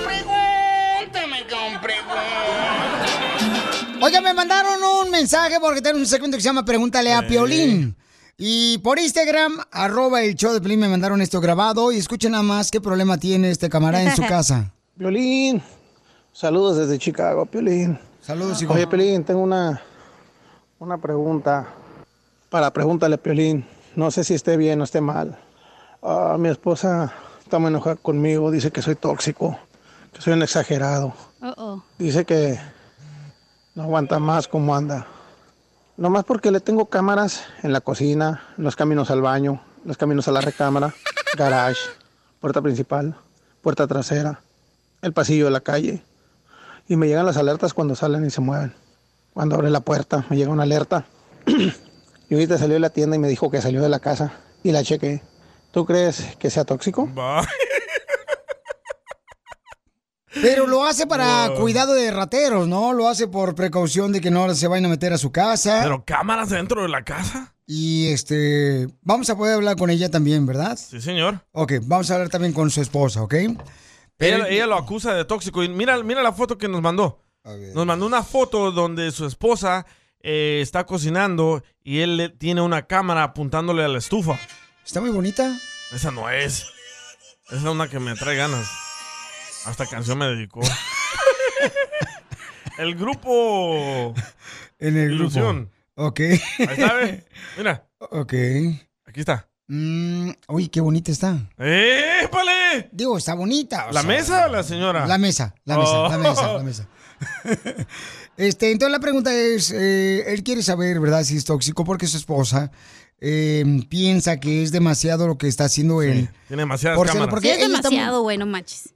Pregúntame con preguntas.
Oiga, me mandaron un mensaje porque tengo un segmento que se llama Pregúntale a Piolín. Y por Instagram, arroba el show de Piolín, me mandaron esto grabado. Y escuchen nada más qué problema tiene este camarada en su casa.
Piolín. Saludos desde Chicago, Piolín.
Saludos,
hijo. Oye, Piolín, tengo una, una pregunta. Para pregúntale, Piolín. No sé si esté bien o esté mal. Ah, mi esposa está muy enojada conmigo. Dice que soy tóxico, que soy un exagerado.
Uh-oh.
Dice que no aguanta más cómo anda. Nomás porque le tengo cámaras en la cocina, en los caminos al baño, los caminos a la recámara, garage, puerta principal, puerta trasera, el pasillo de la calle. Y me llegan las alertas cuando salen y se mueven. Cuando abre la puerta, me llega una alerta. y ahorita salió de la tienda y me dijo que salió de la casa y la chequé. ¿Tú crees que sea tóxico?
Pero lo hace para cuidado de rateros, ¿no? Lo hace por precaución de que no se vayan a meter a su casa.
¿Pero cámaras dentro de la casa?
Y este, vamos a poder hablar con ella también, ¿verdad?
Sí, señor.
Ok, vamos a hablar también con su esposa, ¿ok? Pero-
Ella, ella lo acusa de tóxico. Y mira, mira la foto que nos mandó. Nos mandó una foto donde su esposa eh, está cocinando y él le- tiene una cámara apuntándole a la estufa.
Está muy bonita.
Esa no es. Esa es una que me trae ganas. Hasta canción me dedicó. el grupo.
En el grupo.
Ilusión.
Ok.
Ahí está, ve. Mira.
Ok.
Aquí está.
Mm, uy, qué bonita está.
¡Épale!
Digo, está bonita. o
¿La
sea,
mesa o la señora?
La mesa, la mesa,
Oh.
la mesa, la mesa. Este, entonces la pregunta es, eh, él quiere saber, ¿verdad? Si es tóxico porque su esposa eh, piensa que es demasiado lo que está haciendo él.
Tiene demasiadas
Por ser-
cámaras.
porque
es
ella está muy-
demasiado, güey, no manches.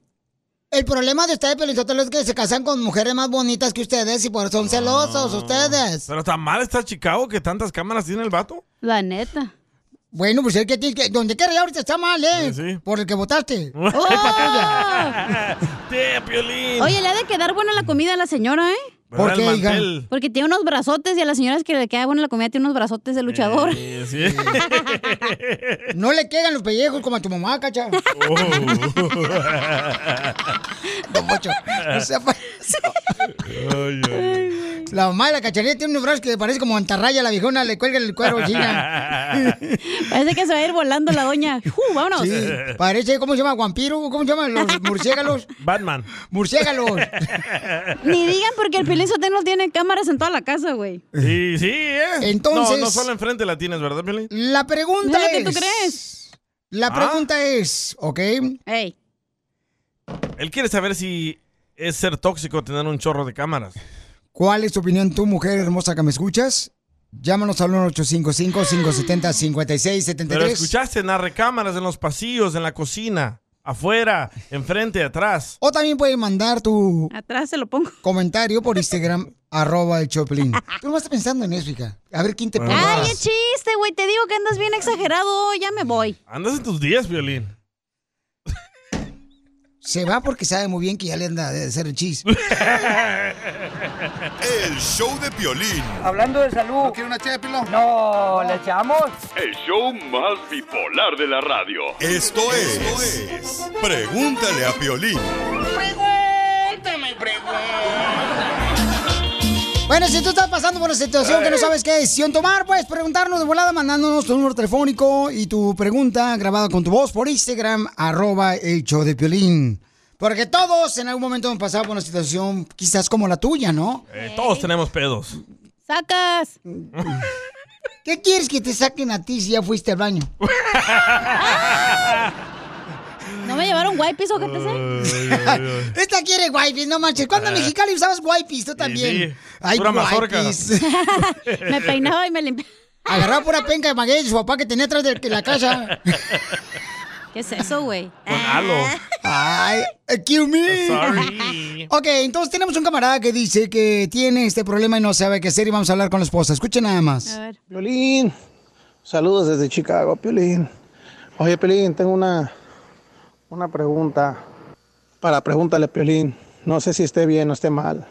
El problema de ustedes, Pelizotelo, es que se casan con mujeres más bonitas que ustedes y por son celosos ustedes.
Pero tan mal está Chicago que tantas cámaras tiene el vato.
La neta. Bueno, pues el que tiene que... Donde quiera ya ahorita está mal, ¿eh? Por el que votaste.
¡Oh!
Culpa tuya.
¡Te, Piolín!
Oh. Oye, le ha de quedar buena la comida a la señora, ¿eh?
¿Verdad? ¿Por El qué, hija? mantel.
Porque tiene unos brazotes y a las señoras que le queda buena la comida tiene unos brazotes de luchador.
Sí, sí.
No le quedan los pellejos como a tu mamá, cacha.
Oh.
Oh.
Don Pocho, no sea payaso. La mamá de la cacharilla tiene unos brazos que parece como antarraya, la viejona le cuelga el cuero, china.
Parece que se va a ir volando la doña. ¡Uh, vámonos!
Sí, parece, ¿cómo se llama? ¿Vampiro? ¿Cómo se llaman los murciélagos?
Batman.
Murciélagos.
Ni digan porque el Piolín Sotelo tiene cámaras en toda la casa, güey.
Y sí, ¿eh?
Entonces-
No, no solo enfrente la tienes, ¿verdad, Piolín?
La pregunta
No es lo que
es...
tú crees.
La
Ah.
pregunta es, ¿ok?
Él quiere saber si es ser tóxico tener un chorro de cámaras.
¿Cuál es tu opinión, tu mujer hermosa que me escuchas? Llámanos al 1-855-570-5673.
Pero escuchaste en las recámaras, en los pasillos, en la cocina, afuera, enfrente, atrás.
O también puedes mandar tu...
Atrás se lo pongo.
Comentario por Instagram, arroba el Choplin. Tú no estás pensando en eso, hija. A ver quién te pone.
¡Ay, es chiste, güey! Te digo que andas bien exagerado. Ya me voy.
Andas en tus días, Violín.
Se va porque sabe muy bien que ya le anda de hacer el chis.
El show de Piolín.
Hablando de salud. ¿No quiere una ché de pilón? No, ¿le echamos?
El show más bipolar de la radio.
Esto es, Pregúntale a Piolín.
Pregúntame,
Bueno, si tú estás pasando por una situación que no sabes qué decisión tomar, puedes preguntarnos de volada mandándonos tu número telefónico y tu pregunta grabada con tu voz por Instagram, arroba el show de Piolín. Porque todos en algún momento hemos pasado por una situación quizás como la tuya, ¿no?
Eh, todos tenemos pedos.
¡Sacas! ¿Qué quieres que te saquen a ti si ya fuiste al baño?
¿No me llevaron wipes o qué te sé?
Esta quiere wipes, no manches. ¿Cuándo en Mexicali usabas wipes? Tú también.
Ah. sí.
Ay,
Pura mazorca.
wipes.
Me peinaba y me limpiaba.
Agarraba pura penca de maguey de su papá que tenía atrás de la casa.
¿Qué es eso, güey?
Con halo.
Ay, eh, kill me.
Sorry.
Ok, entonces tenemos un camarada que dice que tiene este problema y no sabe qué hacer y vamos a hablar con la esposa. Escuchen nada más.
Piolín. Saludos desde Chicago, Piolín. Oye, Piolín, tengo una, una pregunta. Para pregúntale, Piolín. No sé si esté bien o esté mal.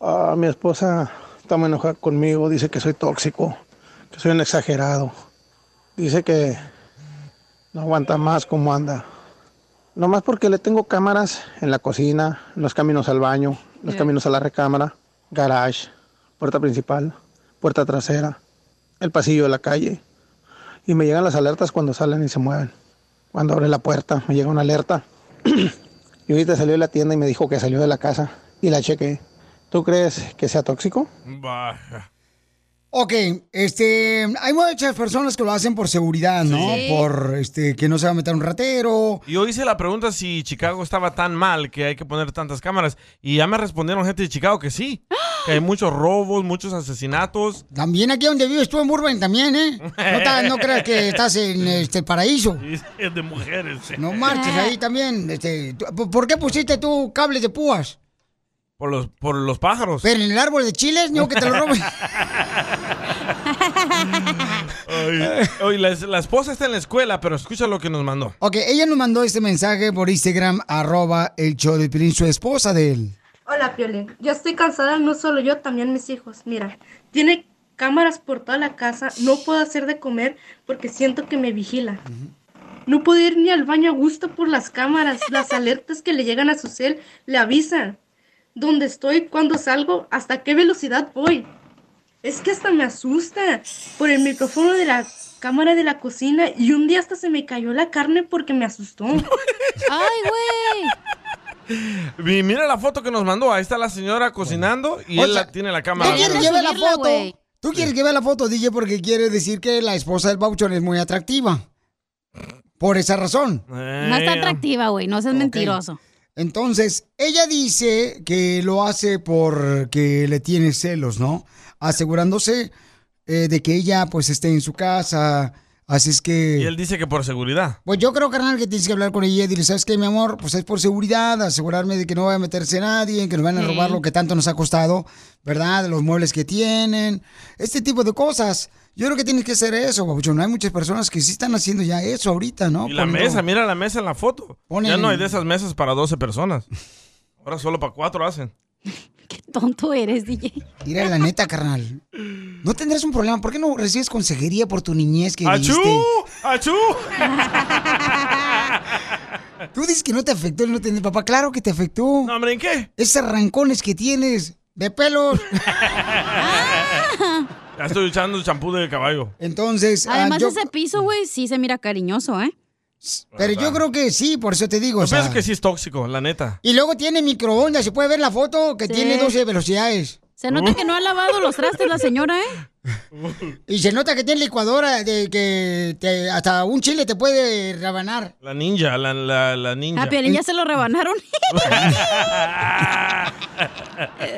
Ah, mi esposa está muy enojada conmigo. Dice que soy tóxico, que soy un exagerado. Dice que no aguanta más cómo anda. Nomás porque le tengo cámaras en la cocina, en los caminos al baño, los
Ya.
caminos a la recámara, garage, puerta principal, puerta trasera, el pasillo de la calle. Y me llegan las alertas cuando salen y se mueven. Cuando abre la puerta, me llega una alerta. y ahorita salió de la tienda y me dijo que salió de la casa y la chequé. ¿Tú crees que sea tóxico?
Baja.
Ok, este, hay muchas personas que lo hacen por seguridad, ¿no?
Sí.
Por, este, que no se va a meter un ratero.
Yo hice la pregunta si Chicago estaba tan mal que hay que poner tantas cámaras. Y ya me respondieron gente de Chicago que sí. Que hay muchos robos, muchos asesinatos.
También aquí donde vives tú en Burbank también, ¿eh? No, ta- no creas que estás en este paraíso.
Es de mujeres. eh.
No marches
Ah.
ahí también. Este, tú- ¿Por qué pusiste tú cables de púas?
Por los, por los pájaros.
Pero en el árbol de chiles, no que te lo roben.
Ay, ay, la, la esposa está en la escuela, pero escucha lo que nos mandó.
ok, ella nos mandó este mensaje por Instagram, arroba el show de Piolín, su esposa de él.
Hola, Piolín. Yo estoy cansada, no solo yo, también mis hijos. Mira, tiene cámaras por toda la casa. No puedo hacer de comer porque siento que me vigila. No puedo ir ni al baño a gusto por las cámaras. Las alertas que le llegan a su cel le avisan. ¿Dónde estoy? ¿Cuándo salgo? ¿Hasta qué velocidad voy? Es que hasta me asusta por el micrófono de la cámara de la cocina y un día hasta se me cayó la carne porque me asustó. ¡Ay, güey!
Y mira la foto que nos mandó. Ahí está la señora cocinando y
O
él
sea,
la, tiene la
¿Tú
cámara.
quieres que
abierta.
lleve la foto? ¿Tú quieres que vea la foto, DJ? Porque quiere decir que la esposa del Bauchón es muy atractiva. Por esa razón.
No
Eh.
está atractiva, güey. No seas mentiroso.
Entonces, ella dice que lo hace porque le tiene celos, ¿no? Asegurándose eh, de que ella pues esté en su casa. Así es
Y
que...
él dice que por seguridad.
Pues yo creo, carnal, que tienes que hablar con ella y decirle, ¿sabes qué, mi amor? Pues es por seguridad, asegurarme de que no vaya a meterse nadie, que nos van a
Sí.
robar lo que tanto nos ha costado, ¿verdad? Los muebles que tienen, este tipo de cosas. Yo creo que tienes que hacer eso, babucho. No hay muchas personas que sí están haciendo ya eso ahorita, ¿no?
Y la
Poniendo-
mesa, mira la mesa en la foto.
Ponen-
Ya no hay de esas mesas para 12 personas. Ahora solo para cuatro hacen.
Tonto eres, DJ. Mira, la neta, carnal. No tendrás un problema. ¿Por qué no recibes consejería por tu niñez que
¡Achú!
viviste?
¡Achú!
Tú dices que no te afectó el no tener papá. Claro que te afectó. No,
hombre, ¿en qué?
Esos arrancones que tienes de pelos.
Ya estoy echando champú de caballo.
Entonces, ah,
Además,
yo-
ese piso, güey, sí se mira cariñoso, ¿eh?
pero yo creo que sí, por eso te digo.
Yo
o sea,
pienso que sí es tóxico, la neta.
Y luego tiene microondas. Se puede ver la foto que
Sí.
tiene 12 velocidades. Uh.
Se nota que no ha lavado los trastes la señora, ¿eh?
Y se nota que tiene licuadora de que te- hasta un chile te puede rebanar.
La ninja, la, la, la ninja.
A Ah, Piolín ya se lo rebanaron.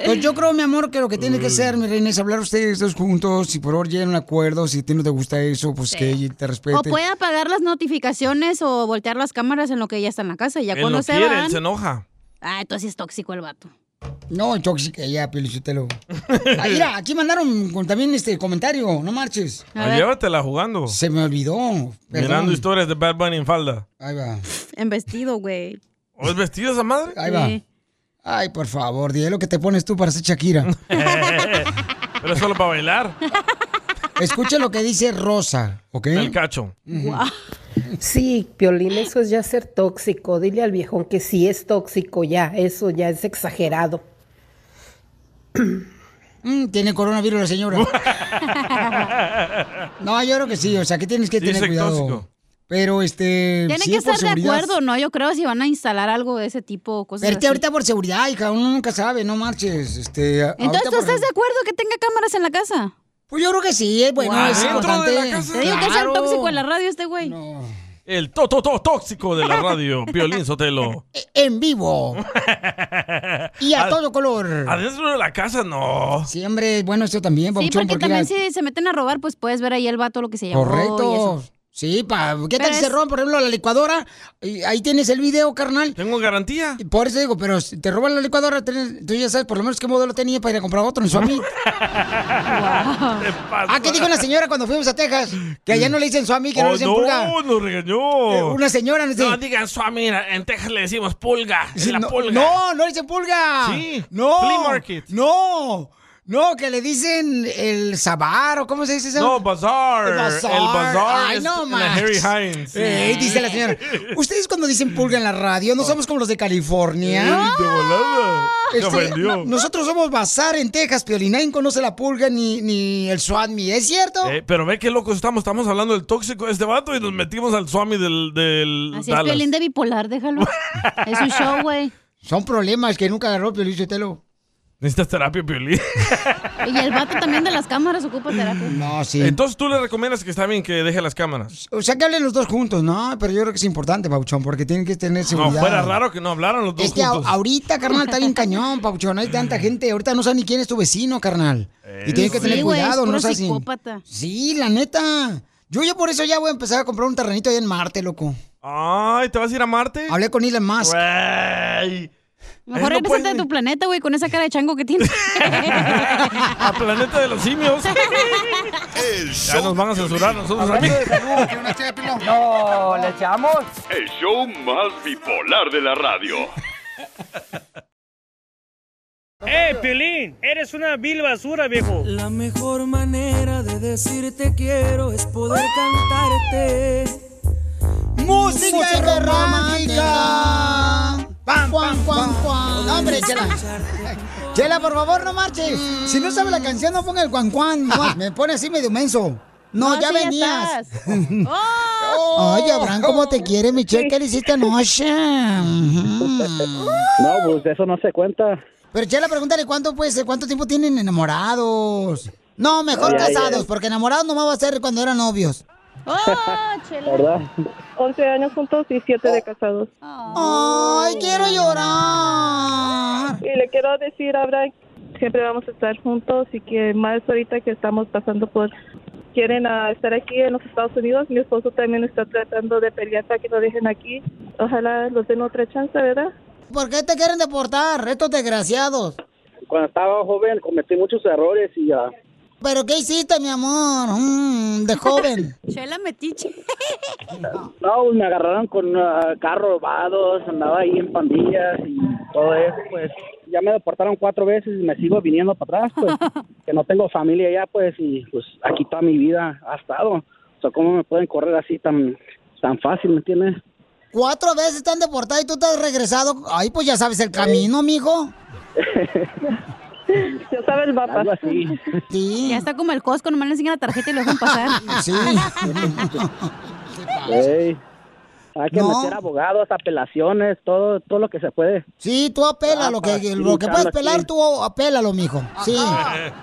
Pues yo creo, mi amor, que lo que tiene que hacer, mi reina, es hablar ustedes dos juntos. Si por favor llegan a un acuerdo, si a ti no te gusta eso, pues que ella te respete.
O puede apagar las notificaciones o voltear las cámaras en lo que ella está en la casa. Y ya
Él
cuando
no
se
quiere,
van.
él se enoja.
Ah, entonces es tóxico el vato.
No, tóxica ya, Pielichotelo. Ah, mira, aquí mandaron con- también este comentario, no marches.
Ah, Llévatela jugando.
Se me olvidó.
Mirando
Perdón.
historias de Bad Bunny en falda.
Ahí va.
En vestido, güey.
¿O es vestido esa madre?
Ahí va.
Sí.
Ay, por favor, dile lo que te pones tú para ser Shakira.
Pero es solo para bailar.
Escucha lo que dice Rosa, ¿ok?
El cacho.
Mm.
Sí, Piolín, eso es ya ser tóxico. Dile al viejón que sí es tóxico ya, eso ya es exagerado.
Mm, tiene coronavirus la señora. no, yo creo que sí, o sea, que tienes que
Dice
tener cuidado.
tóxico.
Pero este.
Tienen
sí,
que
por
estar de
seguridad.
acuerdo, ¿no? Yo creo si van a instalar algo de ese tipo, cosas
Verte
así.
ahorita por seguridad, hija, uno nunca sabe, no marches. Este,
Entonces,
ahorita
¿tú
por-
estás de acuerdo que tenga cámaras en la casa?
Pues yo creo que sí, es bueno, es importante.
Te digo que sea un
Claro.
tóxico en la radio este güey.
El to, to, to- tóxico de la radio, Piolín Sotelo.
En vivo. Y a
Ad-
todo color.
Adentro de la casa, no.
Siempre es bueno esto también,
Sí,
Pabuchón,
porque también
mira,
si se meten a robar, pues puedes ver ahí el vato lo que se llevó. y
Correcto.
eso.
Sí, pa, ¿qué
Pero
tal si se
es-
roban, por ejemplo, la licuadora? Y Ahí tienes el video, carnal.
Tengo garantía.
Por eso digo, pero si te roban la licuadora, ten- tú ya sabes por lo menos qué modelo tenía para ir a comprar otro en su amigo. Ah, ¿qué dijo la señora cuando fuimos a Texas? Que allá no le dicen su amigo, que no
Oh,
le dicen pulga.
no, nos
Eh,
regañó.
Una señora, no sé.
No digan suami, en Texas le decimos pulga.
Sí,
la
no,
pulga.
no, no le dicen pulga.
Sí,
No.
flea market.
No. No, que le dicen el sabar o cómo se dice eso.
No, bazar.
El bazar.
El bazar
Ay,
es
no,
en la
más.
Harry Hines.
Ey, dice la señora. Ustedes cuando dicen pulga en la radio, no somos como los de California.
Ah. Ey, de volada. Se
Este,
ofendió.
no- nosotros somos bazar en Texas, Piolín. Nadie conoce la pulga ni, ni el swatmi, ¿es cierto?
Eh, pero ve qué locos estamos. Estamos hablando del tóxico de este vato y nos metimos al swami del, del
Así es
Dallas.
violín de bipolar, déjalo. es un show, güey.
Son problemas que nunca agarró Piolín Sotelo.
Necesitas terapia, Piolín.
Y el vato también de las cámaras ocupa
Mm.
terapia.
No, sí.
Entonces tú le recomiendas que está bien que deje las cámaras.
O sea que hablen los dos juntos, ¿no? Pero yo creo que es importante, Pauchón, porque tienen que tener
No,
seguridad.
fuera raro que no hablaran los dos
Es que a-
juntos.
ahorita, carnal, está bien cañón, Pauchón. Hay tanta gente. Ahorita no sabes ni quién es tu vecino, carnal.
Eh,
Y tienes que
Sí,
tener
güey, es
cuidado,
puro
no sabes ni-
psicópata.
Sí, la neta. Yo ya por eso ya voy a empezar a comprar un terrenito allá en Marte, loco.
Ay, ¿te vas a ir a Marte?
Hablé con Elon Musk.
Güey.
Mejor
Ahí no
regresate
puedes
a tu planeta, güey, con esa cara de chango que tienes.
A Planeta de los Simios. ya nos van a censurar nosotros a mí.
No, le echamos.
El show más bipolar de la radio.
¡Eh, Piolín! Eres una vil basura, viejo.
La mejor manera de decirte quiero es poder cantarte.
Música romántica.
Pam,
Juan, Juan, Juan. No, hombre, Chela. Chela, por favor, no marches. Si no sabe la canción, no ponga el Juan Juan. No, Me pone así medio menso. No,
No,
ya
sí, ya
venías.
¡Oh!
Ay, Abraham, ¿cómo te quiere, Michelle? ¿Qué le hiciste anoche?
No, pues de eso no se cuenta.
Pero Chela, pregúntale cuánto puede ser, cuánto tiempo tienen enamorados. No, mejor
Ay, ay,
casados,
ay.
porque enamorados nomás va a ser cuando eran novios.
¿Verdad?
11 años juntos y 7
Oh.
de casados.
¡Ay, quiero llorar!
Y le quiero decir a Brian, siempre vamos a estar juntos y que más ahorita que estamos pasando por... Quieren ah, estar aquí en los Estados Unidos. Mi esposo también está tratando de pelear para que lo dejen aquí. Ojalá los den otra chance, ¿verdad?
¿Por qué te quieren deportar, estos desgraciados?
Cuando estaba joven cometí muchos errores y ya.
¿Pero qué hiciste, mi amor? Mm, de joven.
Chela metiche.
No, pues, me agarraron con ah, carros robados, andaba ahí en pandillas y todo eso, pues. Ya me deportaron cuatro veces y me sigo viniendo para atrás, pues. que no tengo familia ya, pues, y pues aquí toda mi vida ha estado. O sea, ¿cómo me pueden correr así tan, tan fácil, me entiendes?
Cuatro veces te han deportado y tú te has regresado. Ay, pues ya sabes el camino, mijo.
Ya sabes el mapa.
Sí.
Ya está como el Costco, nomás le enseñan la tarjeta y lo dejan pasar.
Sí.
Ey, Hay que
No.
meter abogados, apelaciones, todo, todo lo que se puede.
Sí, tú
Ah,
apela lo que,
para
lo que puedes
luchando aquí.
pelar, tú apélalo, mijo. Sí.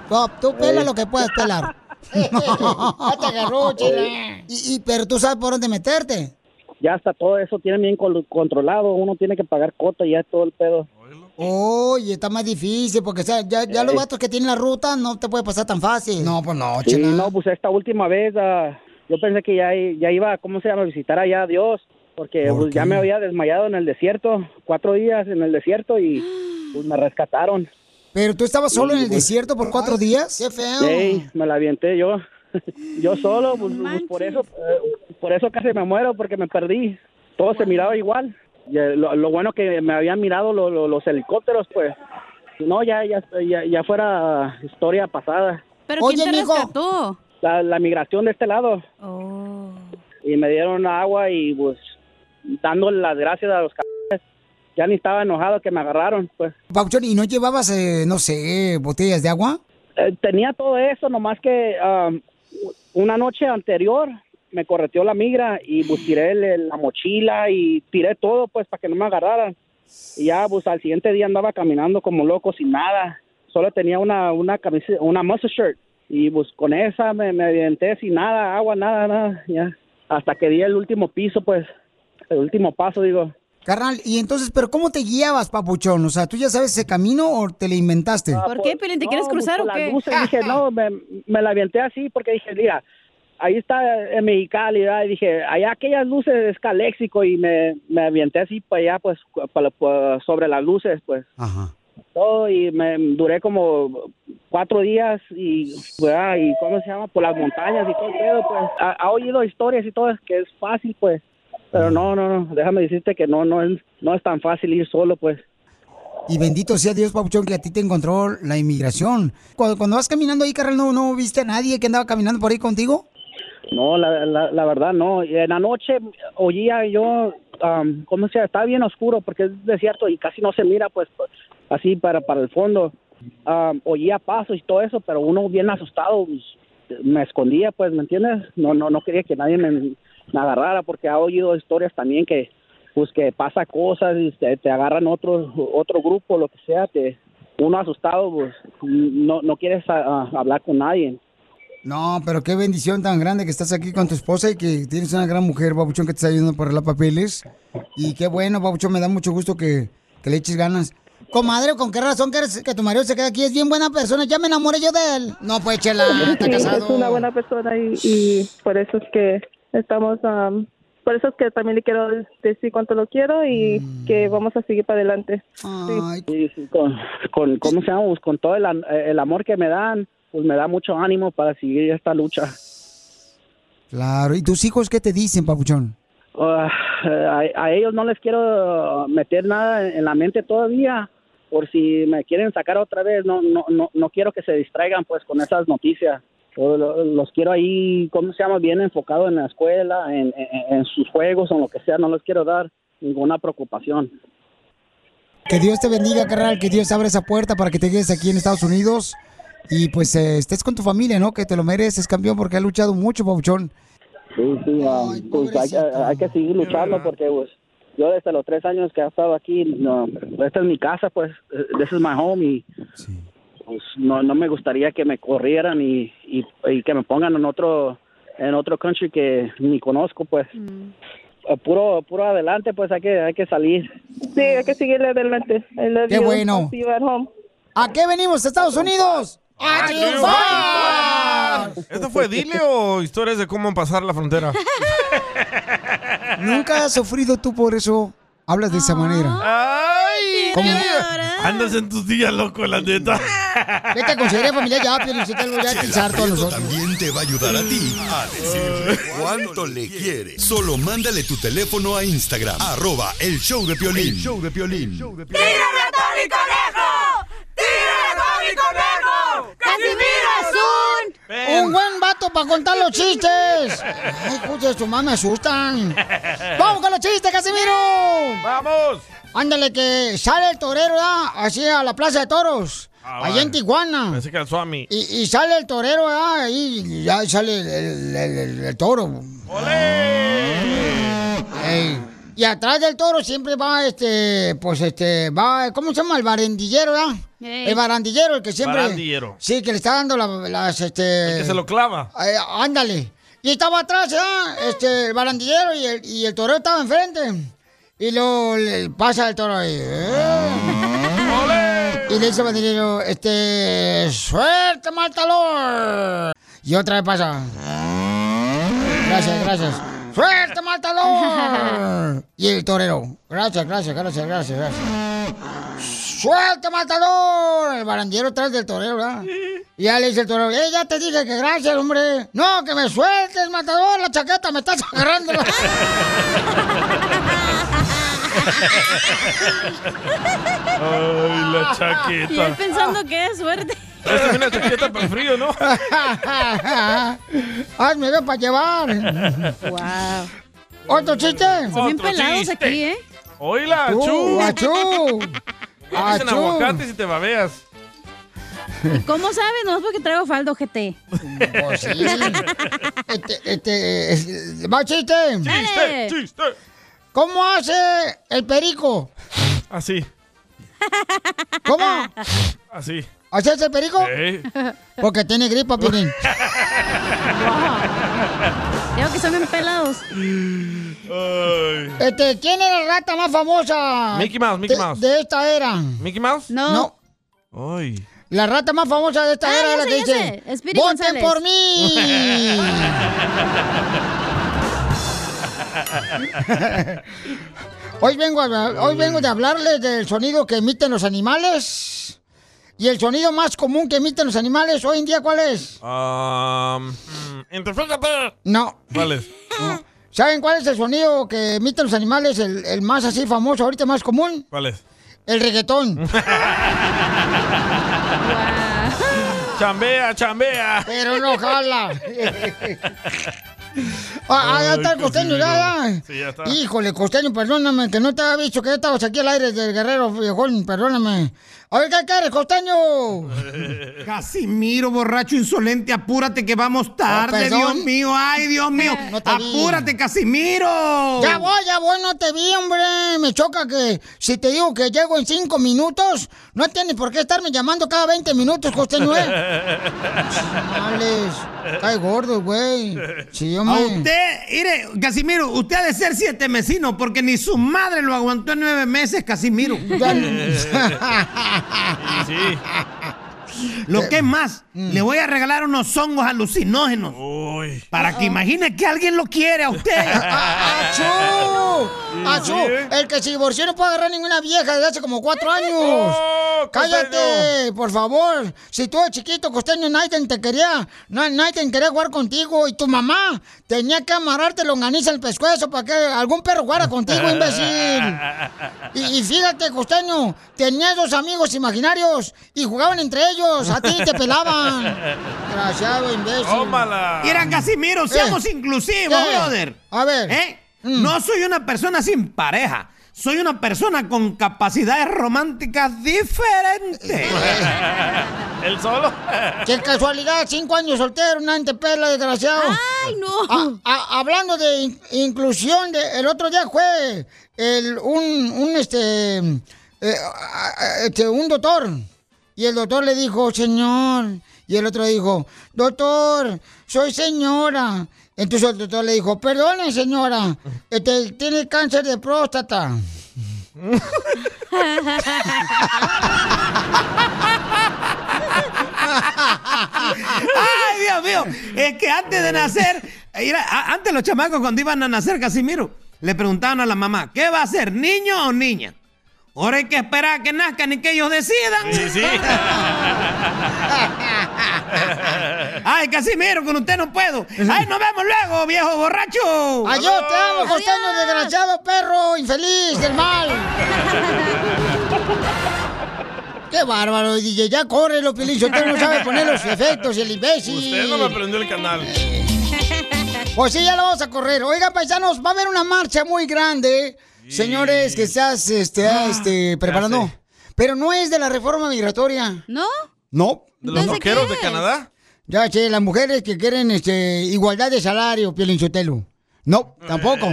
Tú, tú pela
Ey.
lo que puedes pelar.
Ya te agarró,
eh.
chela.
Y, y- pero tú sabes por dónde meterte.
Ya hasta todo eso tienen bien col- controlado, uno tiene que pagar cuota y ya es todo el pedo.
Oye, está más difícil porque o sea, ya, ya los
Ey.
vatos que tienen la ruta no te puede pasar tan fácil. No, pues no,
Sí, no, pues esta última vez ah, yo pensé que ya, i- ya iba, ¿cómo se llama?, a visitar allá a Dios, porque
¿Por
pues, ya
qué?
me había desmayado en el desierto, cuatro días en el desierto y pues, me rescataron. Pues,
Pero tú estabas solo en el desierto por cuatro días. Qué feo.
Ey, me la avienté yo. Yo solo, pues, pues, por eso eh, por eso casi me muero, porque me perdí. Todo se miraba igual. Y, eh, lo, lo bueno que me habían mirado lo- lo- los helicópteros, pues. Si No, ya, ya, ya, ya fuera historia pasada.
Pero ¿quién te rescató?
La, la migración de este lado. Y me dieron agua y, pues, dándole las gracias a los cabrones. Ya ni estaba enojado que me agarraron, pues.
Pauchón, ¿y no llevabas, eh, no sé, botellas de agua?
Eh, tenía todo eso, nomás que am, una noche anterior me correteó la migra y pues, tiré el- la mochila y tiré todo pues para que no me agarraran. Y ya pues al siguiente día andaba caminando como loco sin nada. Solo tenía una, una camisa, una muscle shirt y pues con esa me, me aventé sin nada, agua, nada, nada, ya. Hasta que di el último piso pues, el último paso digo.
Carnal, y entonces, ¿pero cómo te guiabas, papuchón? O sea, ¿tú ya sabes ese camino o te lo inventaste?
¿Por qué, Pelín? ¿Te quieres
No, pues,
cruzar o
con las
qué?
luces, dije, no, me, me la avienté así porque dije, mira, ahí está en Mexicali, ¿verdad? Y dije, allá aquellas luces es caléxico y me, me avienté así para allá, pues, cu- para- pa- sobre las luces, pues. Todo y me duré como cuatro días y, ¿verdad? y ¿cómo se llama? Por las montañas y todo el pedo, pues. Ha, ha oído historias y todo, es que es fácil, pues. Pero no, no, no, déjame decirte que no, no es, no es tan fácil ir solo, pues.
Y bendito sea Dios, Papuchón, que a ti te encontró la inmigración. Cuando, cuando vas caminando ahí, carnal, ¿no, ¿no viste a nadie que andaba caminando por ahí contigo?
No, la, la, la verdad no. Y En la noche oía yo, am, ¿cómo se llama? Está bien oscuro porque es desierto y casi no se mira, pues, pues, así para, para el fondo. Am, oía pasos y todo eso, pero uno bien asustado pues, me escondía, pues, ¿me entiendes? No, no, no quería que nadie me, me agarrara porque ha oído historias también que, pues, que pasa cosas y te, te agarran otro, otro grupo, lo que sea, que uno asustado, pues, no, no quieres ah, hablar con nadie.
No, pero qué bendición tan grande que estás aquí con tu esposa y que tienes una gran mujer, Babuchón, que te está ayudando para arreglar papeles. Y qué bueno, Babuchón, me da mucho gusto que, que le eches ganas. Comadre, ¿con qué razón quieres que tu marido se quede aquí? Es bien buena persona, ya me enamoré yo de él. No, pues, chela, está
Sí, es
casado.
una buena persona y, y por eso es que estamos, am, por eso es que también le quiero decir cuánto lo quiero y
Mm.
que vamos a seguir para adelante. Sí.
Sí, sí, con, con, ¿cómo se llama? Pues con todo el, an- el amor que me dan, pues me da mucho ánimo para seguir esta lucha.
Claro, ¿y tus hijos qué te dicen, Papuchón?
Ah, a, a ellos no les quiero meter nada en la mente todavía, por si me quieren sacar otra vez, no, no, no, no quiero que se distraigan pues con esas noticias. Yo lo- Los quiero ahí, ¿cómo se llama? Bien enfocado en la escuela, en, en- en sus juegos, en lo que sea, no les quiero dar ninguna preocupación.
Que Dios te bendiga, carnal, que Dios abra esa puerta para que te quedes aquí en Estados Unidos y pues eh, estés con tu familia, ¿no? Que te lo mereces, campeón, porque ha luchado mucho, Papuchón.
Sí, sí, um, pues hay, que- hay que seguir luchando porque pues, yo desde los tres años que he estado aquí, no, esta es mi casa, pues, eh, this is my home y pues, no, no me gustaría que me corrieran y, y, y que me pongan en otro en otro country que ni conozco, pues.
Mm.
Eh, Puro puro adelante, pues hay que hay que salir.
Sí, hay que seguirle adelante. I love
Qué
you.
bueno.
See you at home.
¿A qué venimos, Estados Unidos? ¡A triunfar!
¿Esto fue Dile o historias de cómo pasar la frontera?
Nunca has sufrido tú por eso. Hablas de esa manera.
¡Ay!
¿Cómo?
Andas en
Eh.
tus días, loco, la neta.
Vete a considerar familia ya, Piolín, si te lo voy a pensar todos
Prieto
nosotros.
también te va a ayudar a ti a decirle cuánto le quiere. Solo mándale tu teléfono a Instagram, arroba el show de Piolín.
El
show de Piolín.
¡Tírame a Tony Conejo! ¡Tírame a Tony Conejo! ¡Casimiro es
Un buen vato para contar los chistes. Ay, escucha, su mamá me asustan. ¡Vamos con los chistes, Casimiro! ¡Vamos! Ándale, que sale el torero, ¿verdad? Así a la plaza de toros.
Ah,
allá
vale.
en Tijuana.
Pensé que al Swami.
Y, y sale el torero, ¿verdad? Ahí ya sale el, el- el- el toro. Ey. Y atrás del toro siempre va este, pues este, va, ¿cómo se llama? El barandillero, ¿verdad?
Ey.
El barandillero, el que siempre.
Barandillero.
Sí, que le está dando la- las, este.
Que se lo clava.
Eh, ándale. Y estaba atrás, ¿verdad? Este, el barandillero y el, y el torero estaba enfrente. Y luego le pasa el toro ahí. ¡eh! Y le dice al barandillero, este, suerte, Maltalor. Y otra vez pasa. Gracias, gracias. ¡Suerte, Maltalor! y el torero, gracias, gracias, gracias, gracias, gracias. ¡Suerte, Matador! El barandillero atrás del torero, ¿verdad? Y ya le dice el torero, ¡eh, ya te dije que gracias, hombre! ¡No, que me sueltes, Matador! ¡La chaqueta me estás agarrando!
Ay, la chaqueta.
Y él pensando que es suerte.
Esta es una chaqueta para el frío, ¿no?
¡Hazme ve para llevar! ¿Otro chiste?
Son bien Otro pelados chiste. aquí, ¿eh? Oíla, achú.
Uh, ¡Achú! ¡Achú!
Ya Dicen
Achú.
aguacates y te babeas.
¿Y cómo sabes? No es porque traigo faldo, Ah, GT.
Pues sí. Este, este, es- ¿Va chiste?
Dale. Chiste,
¿Cómo hace el perico?
Así,
¿Cómo?
así.
¿Haces el perico?
Sí.
Porque tiene gripa, Piolín.
Digo que son bien pelados.
Este, ¿quién es la rata más famosa?
Mickey Mouse, Mickey
de-
Mouse.
De esta era.
¿Mickey Mouse?
No.
Ay.
La rata más famosa de esta
Ah,
era
ya
es la
sé,
que
ya
dice.
sé. Speedy
¡Voten
González".
por mí! Hoy vengo, a- hoy vengo de hablarles del sonido que emiten los animales. Y el sonido más común que emiten los animales hoy en día, ¿cuál es?
Um, mm, interprétate.
No.
¿Cuál es?
¿Saben cuál es el sonido que emiten los animales, el, el más así famoso, ahorita más común?
¿Cuál es?
El reggaetón.
Chambea, chambea.
Pero no jala. Ah, ah, ya está el
Ay,
costeño, ya, ya.
Sí, ya está.
Híjole, costeño, perdóname, que no te había visto que ya estabas aquí al aire del guerrero viejón, perdóname. A ver, ¿qué quieres, costeño?
Casimiro, borracho insolente, apúrate que vamos tarde,
Oh, Ah, perdón.
Ah, Dios mío, ay, Dios mío,
te vi.
apúrate, Casimiro.
Ya voy, ya voy, no te vi, hombre. Me choca que si te digo que llego en cinco minutos, no tienes por qué estarme llamando cada 20 minutos, costeño, ¿eh? Chales, Cae gordo, güey. Sí,
A
hombre.
usted, mire, Casimiro, usted ha de ser siete mesino porque ni su madre lo aguantó en nueve meses, Casimiro.
Eh,
Lo que es más,
mm.
le voy a regalar unos hongos alucinógenos. Para que imagine que alguien lo quiere a usted.
¡Achú! ¡Achú!
¿eh?
Ah, El que se divorció no puede agarrar ninguna vieja desde hace como cuatro años. ¡Cállate! Por favor. Si tú de chiquito, costeño, Nathan te quería. na- Nathan quería jugar contigo y tu mamá tenía que amarrarte longaniza el pescuezo para que algún perro jugara contigo, imbécil. Y, y fíjate, costeño, tenías dos amigos imaginarios y jugaban entre ellos. A ti te pelaban. Desgraciado, imbécil.
Tómala. Mira, Casimiro, seamos inclusivos,
¿Qué?
brother.
Eh. A ver. Mm.
¿Eh? No soy una persona sin pareja. Soy una persona con capacidades románticas diferentes.
Eh.
¿El solo?
Qué casualidad, cinco años soltero, una antepela, desgraciado. ¡Ay, no! hablando de in- inclusión, de- el otro día fue el- un, un, este, eh, a- a- este, un doctor. Y el doctor le dijo, señor. Y el otro dijo, doctor, soy señora. Entonces el doctor le dijo, perdone, señora, este, tiene cáncer de próstata.
Ay, Dios mío. Es que antes de nacer, mira, a- antes los chamacos cuando iban a nacer, Casimiro, le preguntaban a la mamá, ¿qué va a ser, niño o niña? Ahora hay que esperar a que nazcan y que ellos decidan.
Sí, sí.
Ay, Casimiro, con usted no puedo. Ay, nos vemos luego, viejo borracho.
Ay, yo te amo, costeño, desgraciado perro, infeliz del mal. Qué bárbaro, DJ, ya corre lo Piolín, usted no sabe poner los efectos, el imbécil.
Usted no me prendió el canal.
Pues sí, ya lo vamos a correr. Oigan, paisanos, va a haber una marcha muy grande, señores, que estás este, ah, este, preparando. Pero no es de la reforma migratoria.
¿No?
No.
¿De los
¿Entonces qué
vaqueros de
es?
Canadá?
Ya che, las mujeres que quieren este, igualdad de salario, Pielinchotelo. No, tampoco.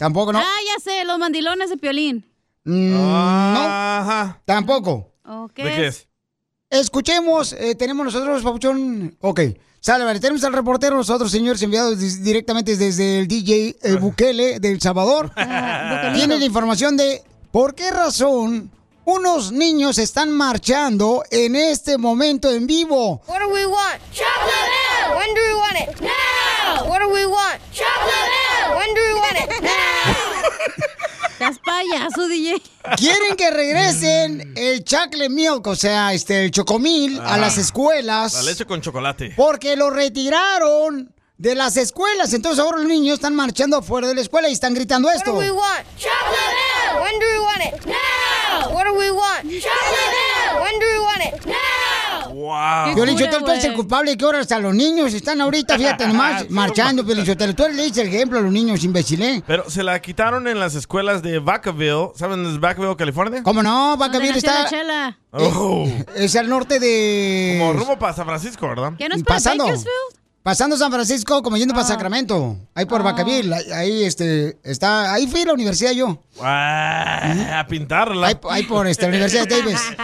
Tampoco, no.
Ah, ya sé, los mandilones de Piolín.
Mm, no, tampoco.
¿O qué es?
Escuchemos, eh, tenemos nosotros, Papuchón. Ok, sale, vale. Tenemos al reportero, nosotros, señores, enviados dis- directamente desde el DJ eh, Bukele del Salvador.
Bukelito.
Tiene la información de por qué razón unos niños están marchando en este momento en vivo.
What do we want? Chocolate milk! When do we want it? Now! What do we want? Chocolate milk! When do we want it? Now!
Las payaso, DJ. Quieren que regresen el chocolate milk, o sea, este, el chocomil, a
Ah,
las escuelas.
La leche con chocolate.
Porque lo retiraron de las escuelas. Entonces ahora los niños están marchando afuera de la escuela y están gritando
What do
esto.
we want? Chocolate milk! When do we want it? Now! What do we want? Chocolate milk! When do we want it? Now!
Wow.
Piolín Sotelo, tú eres el culpable que ahora hasta los niños están ahorita, fíjate nomás, marchando, Piolín Sotelo. Tú le dices el ejemplo a los niños, ¿eh? imbécilé.
Pero se la quitaron en las escuelas de Vacaville. ¿Saben dónde es Vacaville, California?
¿Cómo no? Vacaville
nació
está... eh,
la chela?
Oh.
Es al norte de...
Como rumbo para San Francisco, ¿verdad?
¿Qué no es para
pasando,
Bakersfield? Ah.
pasando San Francisco, como yendo para Sacramento, ahí por Vacaville, ahí, ahí, este, está, ahí fui a la universidad yo,
Ah, a pintarla.
ahí, ahí por este, la Universidad Davis.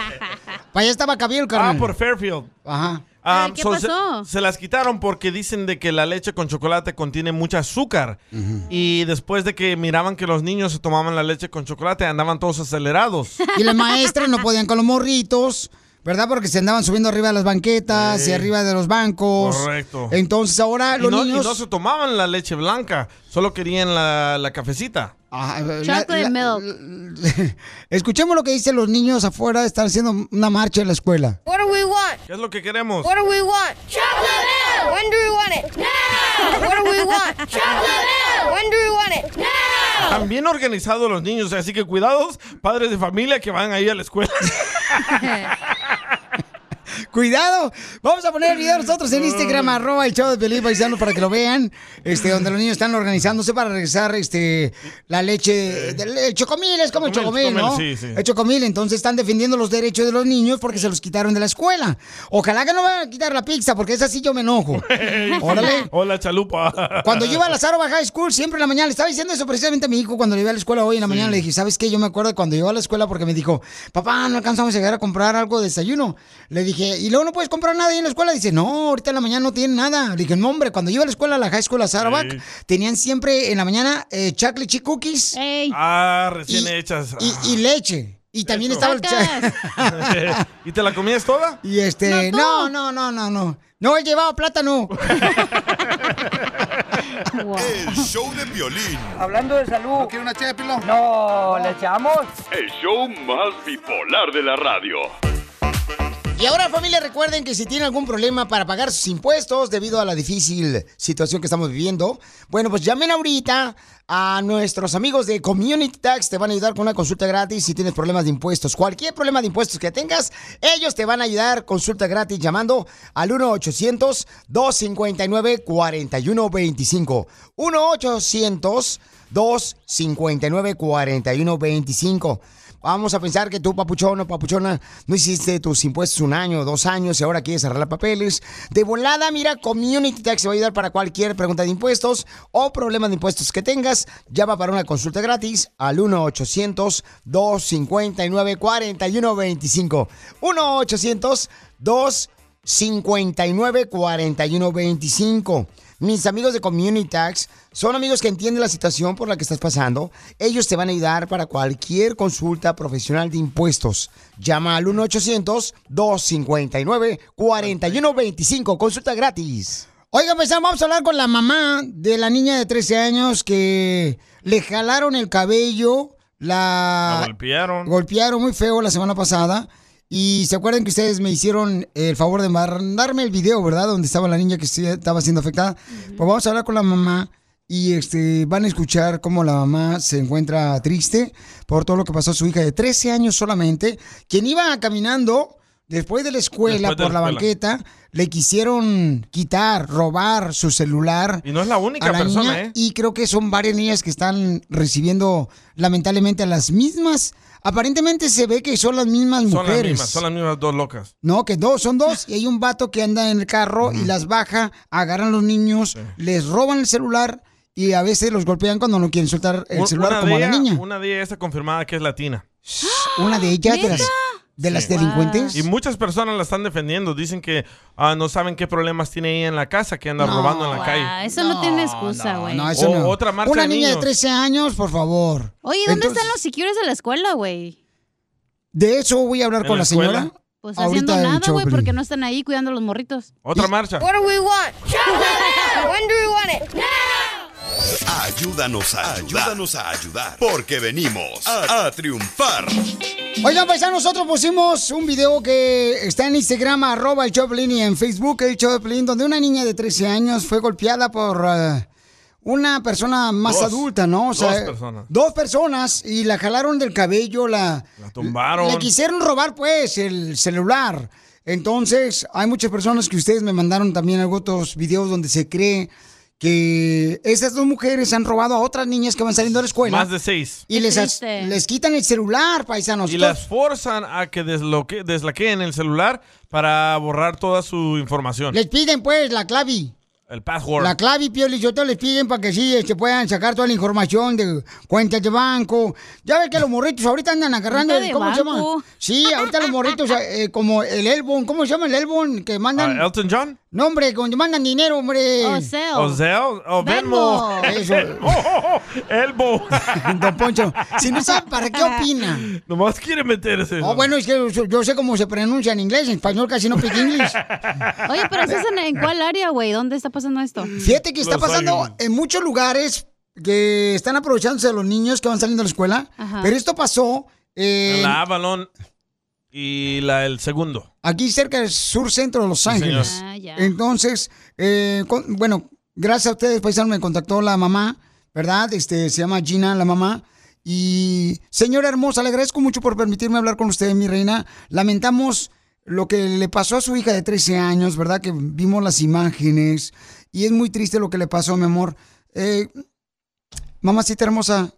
Para allá está Vacaville,
Ah,
carnal.
por Fairfield.
Ajá.
Ah,
¿qué
so se-
pasó?
Se, las quitaron porque dicen de que la leche con chocolate contiene mucha azúcar. Y después de que miraban que los niños se tomaban la leche con chocolate, andaban todos acelerados.
Y las maestras no podían con los morritos, ¿verdad? Porque se andaban subiendo arriba de las banquetas
Sí.
y arriba de los bancos.
Correcto.
Entonces ahora
Y
los
no, y
niños...
no se tomaban la leche blanca, solo querían la, la cafecita.
eh, la- la- Escuchemos lo que dicen los niños afuera, están haciendo una marcha en la escuela.
What do we want?
¿Qué es lo que queremos?
What do we want? Chocolate milk! When do we want it? Now! What do we want? Chocolate milk! When do we want it? Now!
Están bien organizados los niños, así que cuidados, padres de familia que van ahí a la escuela.
Cuidado. Vamos a poner el video nosotros en
Mm.
Instagram, arroba el show de Pelín Paisano para que lo vean. Este, donde los niños están organizándose para regresar este, la leche. de- de- El chocomil, es como el
Eh. Chocomil,
chocomil, ¿no?
chocomil, sí, sí.
El chocomil. Entonces están defendiendo los derechos de los niños porque se los quitaron de la escuela. Ojalá que no vayan a quitar la pizza, porque esa sí yo me enojo. Órale.
Hola, chalupa.
Cuando yo iba a la Zaroba High School, siempre en la mañana, le estaba diciendo eso precisamente a mi hijo cuando le iba a la escuela hoy en la mañana, le dije, ¿sabes qué? Yo me acuerdo cuando iba a la escuela porque me dijo, papá, no alcanzamos a llegar a comprar algo de desayuno. Le dije, ¿y luego no puedes comprar nada ahí en la escuela? Dice, no, ahorita en la mañana no tienen nada. Le dije, no, hombre, cuando yo iba a la escuela, a la High School, a Sarawak,
Sí.
tenían siempre en la mañana eh, chocolate chip cookies
Ah, recién Ah. hechas.
y, y leche. Y también estaba el cha-
Ah. ¿Y te la comías toda?
Y este, no, no, no, no, no. No, él llevaba plátano.
El show de violín.
Hablando de salud. ¿No quiere una ché No, ¿le echamos?
El show más bipolar de la radio.
Y ahora familia, recuerden que si tienen algún problema para pagar sus impuestos debido a la difícil situación que estamos viviendo, bueno, pues llamen ahorita a nuestros amigos de Community Tax, te van a ayudar con una consulta gratis si tienes problemas de impuestos. Cualquier problema de impuestos que tengas, ellos te van a ayudar consulta gratis llamando al 1-800-259-4125. 1-800. 259-4125. Vamos a pensar que tú, papuchón o papuchona, no hiciste tus impuestos un año, dos años y ahora quieres arreglar papeles. De volada, mira, Community Tax te va a ayudar para cualquier pregunta de impuestos o problema de impuestos que tengas. Llama para una consulta gratis al 1-800-259-4125. 1-800-259-4125. 59-41-25. Mis amigos de Community Tax son amigos que entienden la situación por la que estás pasando. Ellos te van a ayudar para cualquier consulta profesional de impuestos. Llama al 1-800-259-4125. Consulta gratis. Oigan, pues vamos a hablar con la mamá de la niña de 13 años que le jalaron el cabello, la...
La golpearon.
Golpearon muy feo la semana pasada. Y se acuerdan que ustedes me hicieron el favor de mandarme el video, ¿verdad? Donde estaba la niña que sí estaba siendo afectada. Pues vamos a hablar con la mamá y este, van a escuchar cómo la mamá se encuentra triste por todo lo que pasó a su hija de 13 años solamente, quien iba caminando después de la escuela
Después de
por
la
la,
escuela.
banqueta, le quisieron quitar, robar su celular.
Y no es la única
a la
persona,
niña,
¿eh?
Y creo que son varias niñas que están recibiendo lamentablemente a las mismas. Aparentemente se ve que son las mismas
Son las
mujeres.
mismas, son las mismas dos locas.
No, que dos, son dos. Y hay un vato que anda en el carro y las baja, agarran a los niños, les roban el celular y a veces los golpean cuando no quieren soltar el
Un-
celular como a
de
la
ella-
niña.
Una de ellas está confirmada que es latina.
Una de ellas, de las, de las delincuentes.
Y muchas personas la están defendiendo. Dicen que ah, no saben qué problemas tiene ella en la casa, que anda robando en la calle.
Ah, Eso no, tiene excusa, güey.
No, eso
O
no.
otra marcha
Una
de
niña de
niños.
13 años, por favor.
Oye, ¿dónde
Entonces,
están los secures de la escuela, güey?
De eso voy a hablar
¿En
con
la
la señora.
escuela?
Pues
Ahorita
haciendo
en el
nada,
show,
güey,
Piolín.
porque no están ahí cuidando a los morritos.
Otra marcha.
What do we want? Chocolate! When do we want it?
Ayúdanos a ayudar. Ayúdanos a ayudar. Porque venimos a, a triunfar.
Oigan, paisanos, nosotros pusimos un video que está en Instagram, arroba el Choplin, y en Facebook el Choplin, donde una niña de 13 años fue golpeada por eh, una persona más
Dos.
adulta, ¿no? O sea,
Dos personas.
Dos personas, y la jalaron del cabello, la...
La tumbaron.
Le quisieron robar, pues, el celular. Entonces, hay muchas personas que ustedes me mandaron también algunos otros videos donde se cree que esas dos mujeres han robado a otras niñas que van saliendo de la escuela.
Más de seis.
Y les, as- les quitan el celular, paisanos.
Y las forzan a que desloque, deslaqueen el celular para borrar toda su información.
Les piden, pues, la clave.
El password.
La clave, Pioli, yo te les piden para que sí este, puedan sacar toda la información de cuentas de banco. Ya ves que los morritos ahorita andan agarrando.
Cuenta de
el- ¿Cómo se llama?
banco.
Sí, ahorita los morritos, eh, como el Elbon. ¿Cómo se llama el Elbon? Que mandan.
Ah, ¿Elton John?
No, hombre, cuando mandan dinero, hombre.
¿O Zelle? ¿O Venmo?
Eso.
Elbo.
Don Poncho, si no sabe, ¿para qué opina?
Nomás quiere meterse.
Oh, bueno, es que yo- yo sé cómo se pronuncia en inglés, en español casi no pick inglés.
Oye, pero ¿estás en, en cuál área, güey? ¿Dónde está pasando esto?
Fíjate que está pasando en muchos lugares que están aprovechándose de los niños que van saliendo de la escuela.
Ajá.
Pero esto pasó eh,
La Avalon y la, el segundo.
aquí cerca del sur centro de Los Ángeles.
señor.
Entonces, eh, con- bueno, gracias a ustedes, paisano, me contactó la mamá ¿verdad? Este, se llama Gina, la mamá. Y señora hermosa, le agradezco mucho por permitirme hablar con usted, mi reina. Lamentamos lo que le pasó a su hija de 13 años, ¿verdad? Que vimos las imágenes y es muy triste lo que le pasó, mi amor. Eh, mamacita hermosa,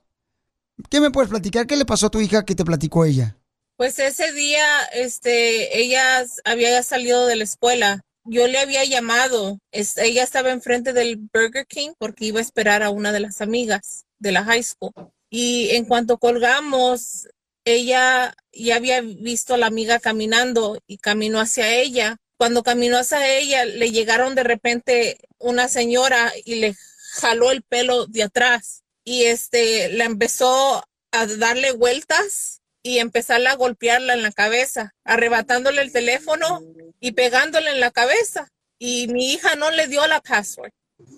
¿qué me puedes platicar? ¿Qué le pasó a tu hija que te platicó ella?
Pues ese día, este, ella había salido de la escuela. Yo le había llamado. Es- ella estaba enfrente del Burger King porque iba a esperar a una de las amigas de la high school. Y en cuanto colgamos, ella ya había visto a la amiga caminando y caminó hacia ella. Cuando caminó hacia ella, le llegaron de repente una señora y le jaló el pelo de atrás y este la empezó a darle vueltas y empezarla a golpearla en la cabeza, arrebatándole el teléfono y pegándole en la cabeza. Y mi hija no le dio la password.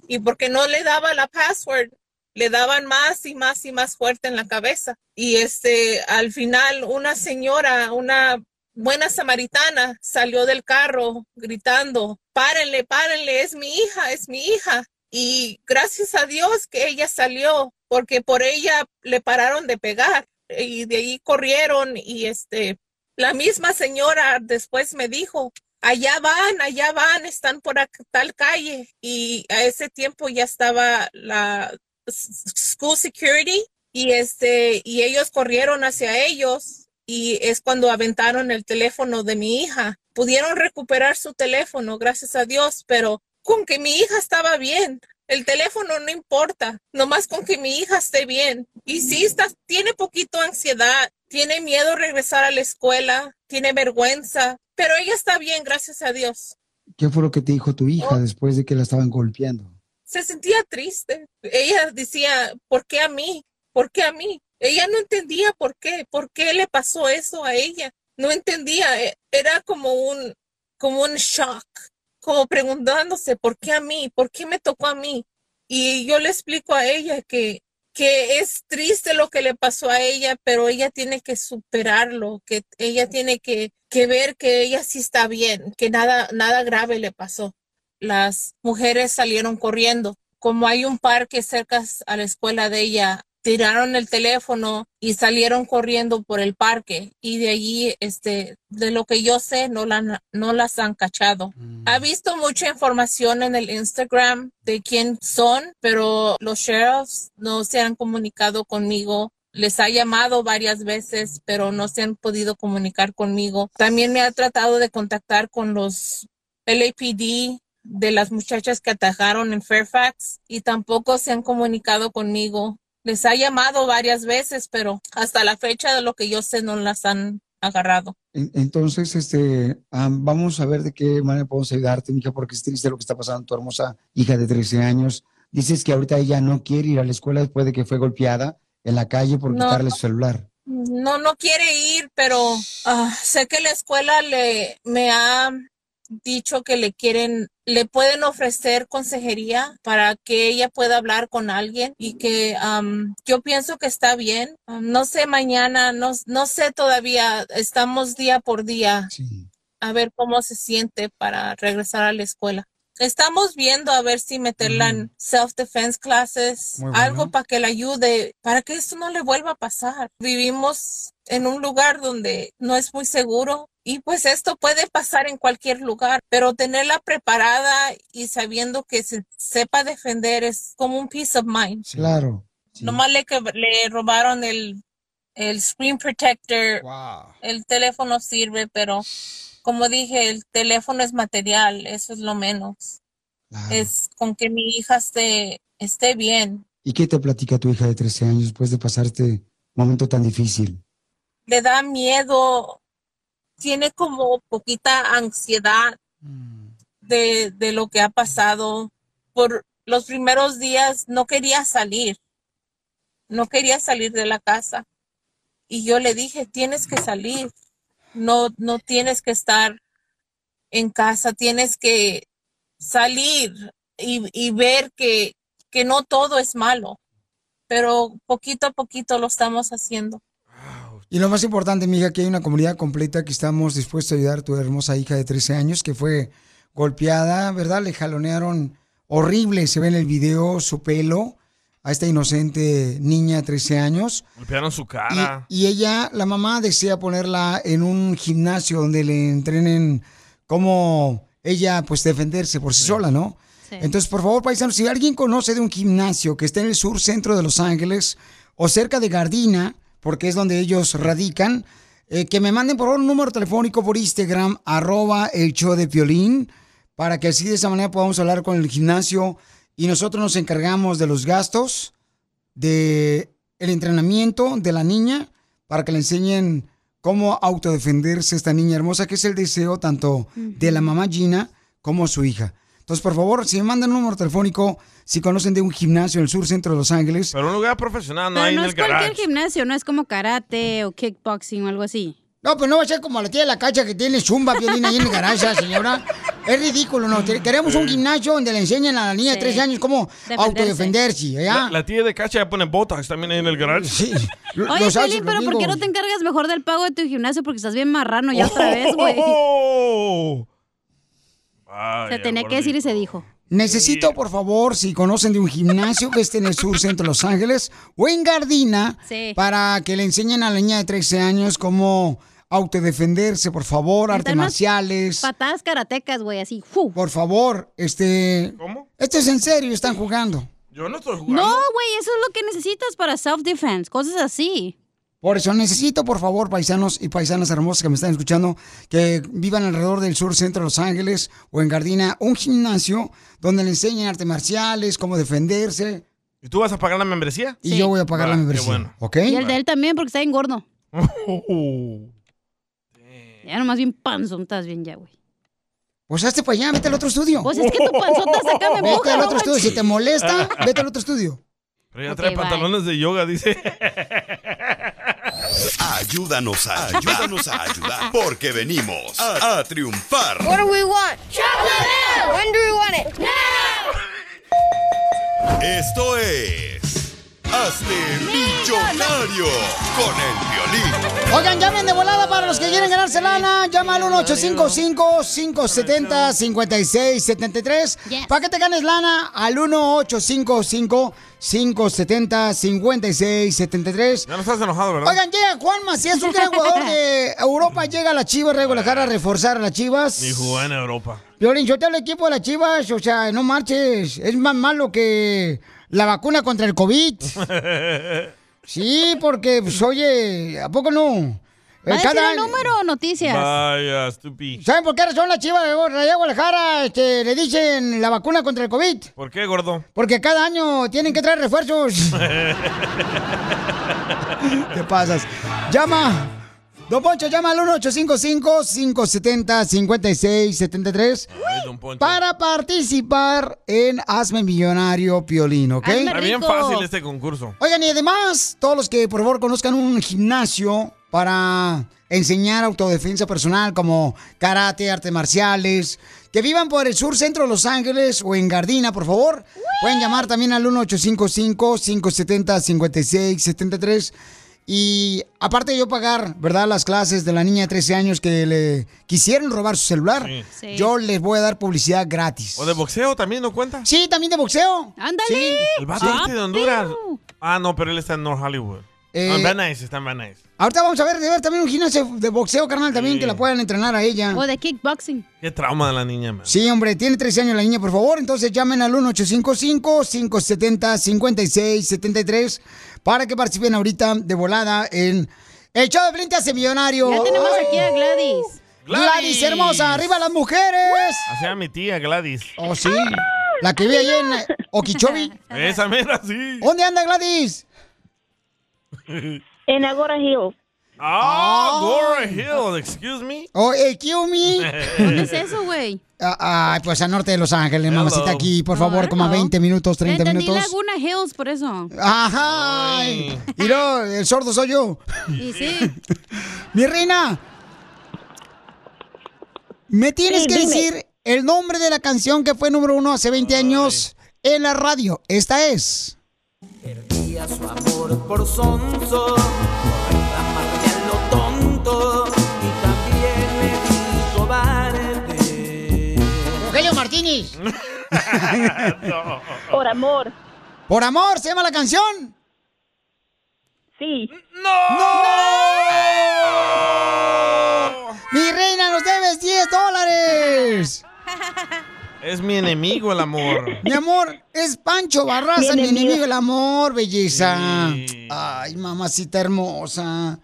Y porque no le daba la password, le daban más y más y más fuerte en la cabeza. Y este, al final, una señora, una buena samaritana, salió del carro gritando, párenle, párenle, es mi hija, es mi hija. Y gracias a Dios que ella salió, porque por ella le pararon de pegar y de ahí corrieron y este, la misma señora después me dijo, allá van, allá van, están por ac- tal calle. Y a ese tiempo ya estaba la s- school security y este, y ellos corrieron hacia ellos y es cuando aventaron el teléfono de mi hija. Pudieron recuperar su teléfono, gracias a Dios, pero con que mi hija estaba bien. El teléfono no importa, nomás con que mi hija esté bien. Y si está, tiene poquito ansiedad, tiene miedo regresar a la escuela, tiene vergüenza, pero ella está bien, gracias a Dios.
¿Qué fue lo que te dijo tu hija después de que la estaban golpeando?
se sentía triste. Ella decía, ¿por qué a mí? ¿Por qué a mí? Ella no entendía por qué, por qué le pasó eso a ella. No entendía, e- era como un, como un shock, como preguntándose, ¿por qué a mí? ¿Por qué me tocó a mí? Y yo le explico a ella que, que es triste lo que le pasó a ella, pero ella tiene que superarlo, que ella tiene que, que ver que ella sí está bien, que nada, nada grave le pasó las mujeres salieron corriendo. Como hay un parque cerca a la escuela de ella, tiraron el teléfono y salieron corriendo por el parque. Y de allí, este, de lo que yo sé, no, la han- no las han cachado. Ha visto mucha información en el Instagram de quién son, pero los sheriffs no se han comunicado conmigo. Les ha llamado varias veces, pero no se han podido comunicar conmigo. También me ha tratado de contactar con los LAPD de las muchachas que atajaron en Fairfax y tampoco se han comunicado conmigo. Les ha llamado varias veces, pero hasta la fecha de lo que yo sé no las han agarrado.
En- Entonces, este, ah, vamos a ver de qué manera podemos ayudarte, mija, porque es triste lo que está pasando tu hermosa hija de 13 años. Dices que ahorita ella no quiere ir a la escuela después de que fue golpeada en la calle por
No.
quitarle su celular.
No, no quiere ir, pero ah, sé que la escuela le me ha dicho que le quieren, le pueden ofrecer consejería para que ella pueda hablar con alguien y que am, yo pienso que está bien. Am, no sé mañana, no, no sé todavía, estamos día por día a ver cómo se siente para regresar a la escuela. Estamos viendo a ver si meterla en self-defense classes,
Muy bueno.
algo para que la ayude, para que esto no le vuelva a pasar. Vivimos en un lugar donde no es muy seguro y pues esto puede pasar en cualquier lugar, pero tenerla preparada y sabiendo que se sepa defender es como un peace of mind.
Claro.
Nomás le, que- le robaron el, el screen protector. El teléfono sirve, pero como dije, el teléfono es material, eso es lo menos. Es con que mi hija esté, esté bien.
¿Y qué te platica tu hija de 13 años después de pasar este momento tan difícil?
Le da miedo, tiene como poquita ansiedad de, de lo que ha pasado. Por los primeros días no quería salir, no quería salir de la casa. Y yo le dije, tienes que salir, no, no tienes que estar en casa, tienes que salir y, y ver que, que no todo es malo, pero poquito a poquito lo estamos haciendo.
Y lo más importante, mija, que hay una comunidad completa que estamos dispuestos a ayudar a tu hermosa hija de 13 años que fue golpeada, ¿verdad? Le jalonearon horrible, se ve en el video su pelo. a esta inocente niña de 13 años.
Golpearon su cara.
Y ella, la mamá, desea ponerla en un gimnasio donde le entrenen cómo ella, pues, defenderse por sí, sola, ¿no?
Sí.
Entonces, por favor, paisanos, si alguien conoce de un gimnasio que está en el sur centro de Los Ángeles o cerca de Gardina, porque es donde ellos radican, eh, que me manden por favor un número telefónico por Instagram, arroba el show de Piolín, para que así de esa manera podamos hablar con el gimnasio y nosotros nos encargamos de los gastos, de el entrenamiento de la niña, para que le enseñen cómo autodefenderse esta niña hermosa, que es el deseo tanto de la mamá Gina como su hija. Entonces, por favor, si me mandan un número telefónico, si conocen de un gimnasio en el sur centro de Los Ángeles.
Pero un lugar profesional, no
Pero
hay
no
en
es
el
cualquier
garage.
gimnasio, no es como karate o kickboxing o algo así.
No, pues no va a ser como la tía de la cacha que tiene zumba, violín ahí en el garaje, señora. Es ridículo, ¿no? Queremos un gimnasio donde le enseñen a la niña de 13 años cómo autodefenderse, ¿eh?
La,
¿ya?
la tía de Cacha ya pone botox también ahí en el garage.
Sí.
Oye, Feli, pero ¿por qué no te encargas mejor del pago de tu gimnasio? Porque estás bien marrano ya otra vez, güey.
¡Oh!
Se tenía que decir y se dijo.
Necesito, por favor, si conocen de un gimnasio que esté en el sur centro de Los Ángeles o en Gardina,
Sí.
para que le enseñen a la niña de 13 años cómo autodefenderse, por favor, artes
unas
marciales.
Patadas karatecas, güey, así. ¡fu!
Por favor, este...
¿Cómo?
Esto es en serio, están jugando.
Yo no estoy jugando.
No, güey, eso es lo que necesitas para self-defense, cosas así.
Por eso necesito, por favor, paisanos y paisanas hermosas que me están escuchando, que vivan alrededor del sur centro de Los Ángeles o en Gardina, un gimnasio donde le enseñen artes marciales, cómo defenderse.
¿Y tú vas a pagar la membresía?
Y yo voy a pagar la
Ah, qué
membresía.
bueno.
¿Ok?
Y el de él también, porque está bien gordo. Ya nomás bien panzón estás bien ya, güey.
Eh, Pues hazte para allá, vete al otro estudio.
Pues es que tu panzota saca me
Vete
empuja,
al
no
otro estudio.
manches.
Si te molesta, vete al otro estudio.
Pero ya trae
Ok, bye.
pantalones de yoga, dice.
Ayúdanos a ayudarnos a ayudar. Porque venimos a, a triunfar.
What do we want? Chocolate milk! When do we want it?
Esto es. Hazte millonario con el violín.
Oigan, llamen de volada para los que quieren ganarse lana. Llama al 1-855-570-5673. Para que te ganes lana al 1-855-570-5673.
Ya no estás enojado, ¿verdad?
Oigan, llega Juan Macías, un gran jugador de Europa. Llega a las Chivas, de Guadalajara a reforzar a las Chivas.
Ni jugó en Europa.
Violín, yo te hablo equipo de las Chivas. O sea, no marches. Es más malo que la vacuna contra el COVID. Sí, porque, pues, oye, ¿a poco no? Eh,
¿Va a decir
cada
el
año-
número o noticias?
Vaya, stupi.
¿Saben por qué razón las chivas de Rayo Guadalajara este, le dicen la vacuna contra el COVID?
¿Por qué, gordo?
Porque cada año tienen que traer refuerzos. Te pasas. Llama. Don Poncho, llama al 1-855-570-5673
Ay, don Poncho.
para participar en Hazme Millonario Piolín, ¿ok?
Está bien fácil este concurso.
Oigan, y además, todos los que por favor conozcan un gimnasio para enseñar autodefensa personal como karate, artes marciales, que vivan por el sur centro de Los Ángeles o en Gardina, por favor, pueden llamar también al 1-855-570-5673. Y aparte de yo pagar, ¿verdad? Las clases de la niña de 13 años que le quisieron robar su celular,
Sí. Sí.
yo les voy a dar publicidad gratis.
¿O de boxeo también no cuenta?
Sí, también de boxeo.
¡Ándale!
Sí.
El vato este de Honduras. Ah, no, pero él está en North Hollywood.
Eh,
No, en Van Nuys, está en Van Nuys.
Ahorita vamos a ver, de ver también un gimnasio de boxeo, carnal, también
Sí.
que la puedan entrenar a ella.
O de kickboxing.
Qué trauma de la niña, man.
Sí, hombre, tiene 13 años la niña, por favor. Entonces llamen al 1-855-570-5673 para que participen ahorita de volada en El Show de Piolín te hace millonario.
Ya tenemos
Ay.
aquí a Gladys.
Gladys. hermosa, arriba las mujeres.
Así era mi tía Gladys.
Oh, sí. La que vive ahí en eh, Okeechobee.
Esa mera, sí.
¿Dónde anda Gladys?
En Agora Hill.
Ah,
Ah.
Glory Hill, excuse me.
Oh, eh, kill me.
¿Dónde es
eso, güey?
Ay, pues al norte de Los Ángeles, mamacita,
Hello.
aquí, por favor, como a 20 minutos, 30
Entendí
minutos.
Laguna Hills, por eso.
Ajá. Y no, el sordo soy yo.
Y sí.
Mi reina. Me tienes
Sí,
que
dime.
decir el nombre de la canción que fue número uno hace 20 años en la radio. Esta es.
Perdía su amor por sonso, por reclamarle a lo tonto y también me di cobarde.
Rogelio Martínez.
Por amor.
Por amor, ¿se llama la canción?
Sí.
¡No! ¡Mi reina, nos debes 10 dólares!
Es mi enemigo el amor.
Mi amor, es Pancho Barraza,
Mi
mi
enemigo.
enemigo, el amor, belleza. Ay, mamacita hermosa.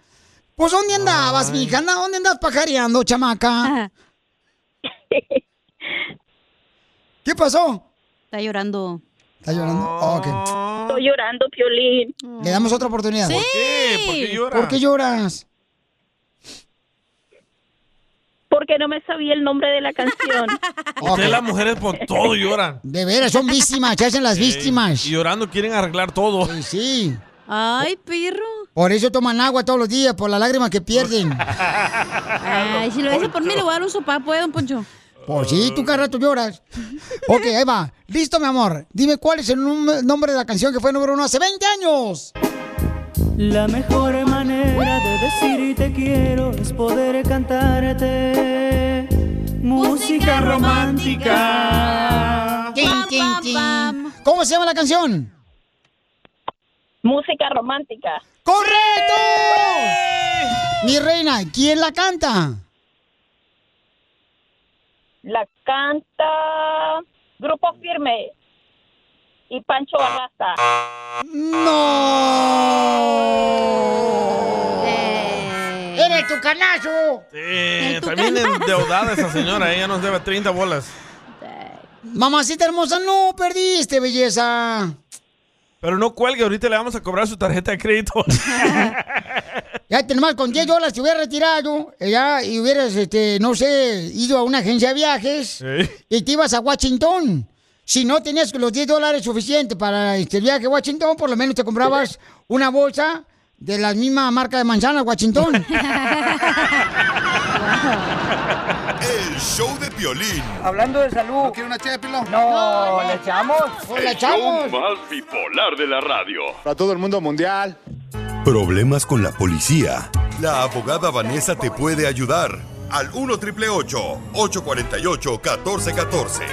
Pues, ¿dónde andabas, mija? Anda, ¿Dónde andas pajareando, chamaca? ¿Qué pasó?
Está llorando.
¿Está llorando?
Ah.
ok.
Estoy llorando, Piolín.
Ah.
Le damos otra oportunidad.
¿Por qué? ¿Por qué llora?
¿Por qué lloras?
Porque no me sabía el nombre de la canción.
Ustedes las mujeres por todo lloran. Eh,
De veras, son víctimas, se hacen las víctimas.
Y llorando quieren arreglar todo.
Sí, sí.
Ay, perro.
Por eso toman agua todos los días, por las lágrimas que pierden.
Ah,
Ay, si lo hice por mí, le voy a dar un sopapo, ¿eh, don Poncho?
Pues sí, tú cada rato lloras. Ok, ahí va. Listo, mi amor. Dime cuál es el num- nombre de la canción que fue número uno hace 20 años.
La mejor manera de decir te quiero es poder cantarte música romántica.
Chin, chin, chin. ¿Cómo se llama la canción?
Música romántica.
¡Correcto! Mi reina, ¿quién la canta?
La canta Grupo Firme y Pancho Barraza.
¡No!
Eh.
¡Eres tu canazo!
Eh, también endeudada esa señora, ella nos debe 30 bolas.
Mamacita hermosa, no perdiste, belleza.
Pero no cuelgue, ahorita le vamos a cobrar su tarjeta de crédito.
Ya te nomás con 10 dólares te hubiera retirado, eh, ya, y hubieras, este, no sé, ido a una agencia de viajes
¿Eh?
y te ibas a Washington. Si no tenías los 10 dólares suficientes para este el viaje a Washington, por lo menos te comprabas una bolsa de la misma marca de manzana, Washington.
El show de Piolín.
Hablando de salud. ¿No quiere una ché de pilón? No, ¿le echamos?
El show más bipolar de la radio.
Para todo el mundo mundial. Problemas con la policía. La abogada Vanessa te puede ayudar. Al 1 triple 848 1414.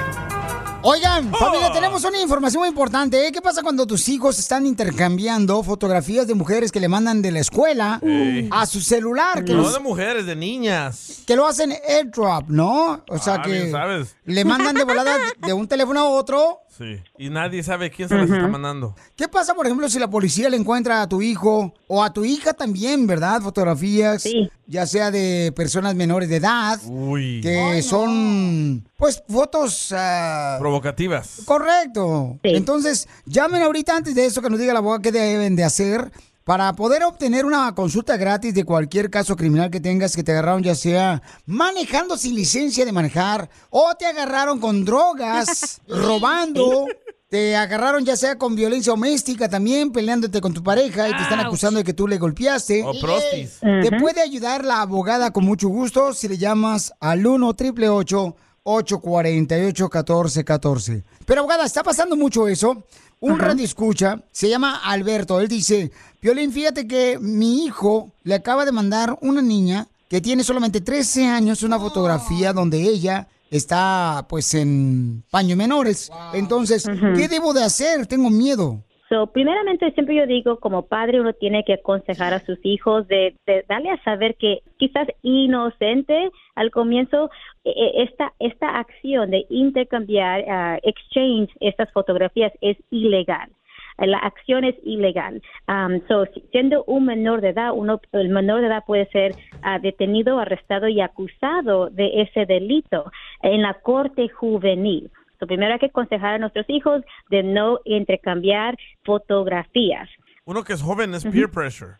Oigan,
Oh.
familia, tenemos una información muy importante. ¿eh? ¿Qué pasa cuando tus hijos están intercambiando fotografías de mujeres que le mandan de la escuela
Ey.
a su celular? Que,
No
los-
de mujeres, de niñas.
que lo hacen airdrop, ¿no? O sea
Ah,
que
bien sabes.
le mandan de volada de un teléfono a otro.
Sí. Y nadie sabe quién se las está mandando.
¿Qué pasa, por ejemplo, si la policía le encuentra a tu hijo o a tu hija también, ¿verdad? Fotografías, ya sea de personas menores de edad, que son, pues, fotos... ah,
Provocativas.
Correcto. Entonces, llamen ahorita antes de eso que nos diga la abogada qué deben de hacer para poder obtener una consulta gratis de cualquier caso criminal que tengas que te agarraron ya sea manejando sin licencia de manejar o te agarraron con drogas, robando, te agarraron ya sea con violencia doméstica también, peleándote con tu pareja y te están acusando de que tú le golpeaste.
O prostis.
Te
Ujú.
puede ayudar la abogada con mucho gusto si le llamas al 1 888 848 1414 Pero abogada, está pasando mucho eso. Un radio escucha, se llama Alberto. Él dice, Violín, fíjate que mi hijo le acaba de mandar una niña que tiene solamente 13 años una fotografía donde ella está pues en paños menores. Entonces, ¿qué debo de hacer? Tengo miedo.
So, primeramente, siempre yo digo, como padre, uno tiene que aconsejar a sus hijos de, de darle a saber que quizás inocente al comienzo e- e- esta esta acción de intercambiar, ah, exchange estas fotografías es ilegal. La acción es ilegal. Um, so, si- siendo un menor de edad, uno, el menor de edad puede ser ah, detenido, arrestado y acusado de ese delito en la corte juvenil. So, primero hay que aconsejar a nuestros hijos de no intercambiar fotografías.
Uno que es joven es peer pressure.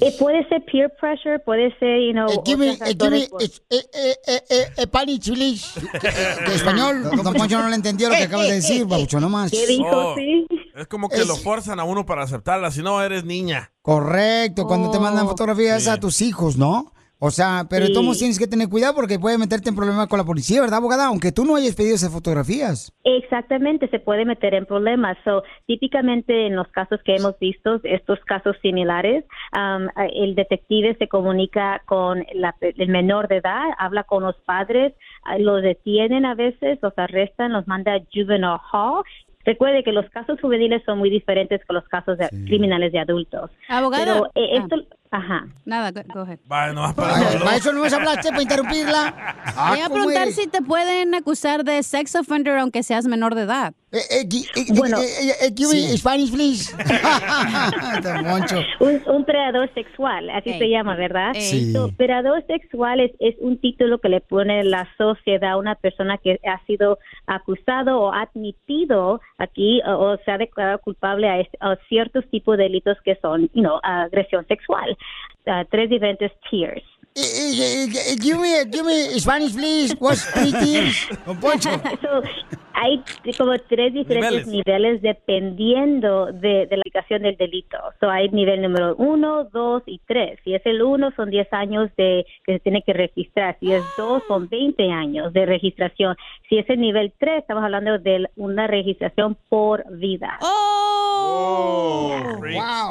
Eh, puede ser peer pressure, puede ser, you know,
give me-
otras
eh, give me-
razones por-
Eh, Que español, don Poncho no Eh, le entendió
Eh,
lo que acabas de decir, babucho, no más.
Oh, Es como que lo forzan a uno para aceptarla, si no eres niña.
Correcto, cuando te mandan fotografías
Sí.
a tus hijos, ¿no? O sea, pero de todos
Sí.
modos tienes que tener cuidado porque puede meterte en problemas con la policía, ¿verdad, abogada? Aunque tú no hayas pedido esas fotografías.
Exactamente, se puede meter en problemas. So, típicamente en los casos que hemos visto, estos casos similares, um, a- el detective se comunica con la pe- el menor de edad, habla con los padres, ah, los detienen a veces, los arrestan, los manda a juvenile hall. Se Recuerde que los casos juveniles son muy diferentes que los casos de- criminales de adultos.
Abogada.
Pero eh, esto, ajá.
ah. Nada, go- go ahead.
Bueno,
Maestro, no me hablaste para interrumpirla. Ah,
Voy a
¿cómo
preguntar
eres?
si te pueden acusar de sex offender aunque seas menor de edad.
Eh, Bueno, eh, give me Spanish, please.
un, un predador sexual, así
Ey.
se llama, ¿verdad?
Ey. Sí.
So, predador sexual es, es un título que le pone la sociedad a una persona que ha sido acusado o admitido aquí o, o se ha declarado culpable a, est- a ciertos tipos de delitos que son, you know, agresión sexual. Ah, tres diferentes tiers.
Give me, give me Spanish, please. What's three things?
So, hay como tres diferentes niveles,
Niveles.
dependiendo de, de la aplicación del delito. So, hay nivel número uno, dos y tres. Si es el uno, son 10 años de que se tiene que registrar. Si es dos, son 20 años de registración. Si es el nivel tres, estamos hablando de una registración por vida.
Oh.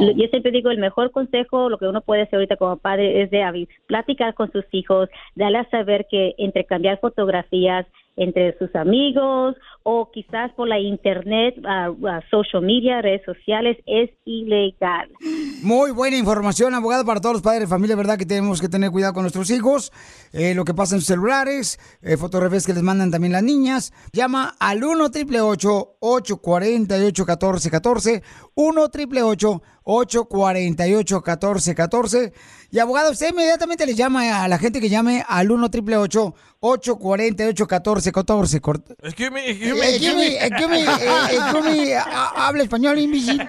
Lo- Yo siempre digo, el mejor consejo, lo que uno puede hacer ahorita como padre es de avi- platicar con sus hijos, darle a saber que intercambiar fotografías entre sus amigos o quizás por la internet, ah, ah, social media, redes sociales, es ilegal.
Muy buena información, abogado, para todos los padres de familia, ¿verdad? Que tenemos que tener cuidado con nuestros hijos, eh, lo que pasa en sus celulares, eh, fotografías que les mandan también las niñas. Llama al 1 888 848 1414 1 888 848 1414 Y abogado, usted inmediatamente le llama a la gente que llame al 1 888 848 1414 Cort-
Excuse me,
eh,
excuse me,
Excuse me, excuse me, eh, ah, excuse me, a- a- habla español, imbécil.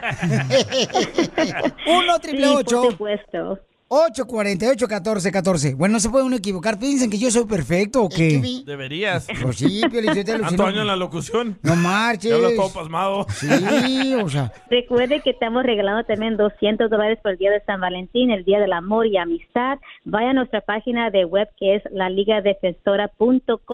1 triple
Sí, por
8
supuesto.
848 1414 Bueno, no se puede uno equivocar. Piensan que yo soy perfecto o qué.
Deberías.
Pues sí, Piolín, yo te lo-
Tanto
si no-
año en la locución.
No marches.
Te hablas todo pasmado.
Sí, o sea.
Recuerde que estamos regalando también 200 dólares por el Día de San Valentín, el Día del Amor y Amistad. Vaya a nuestra página de web que es laligadefensora.com.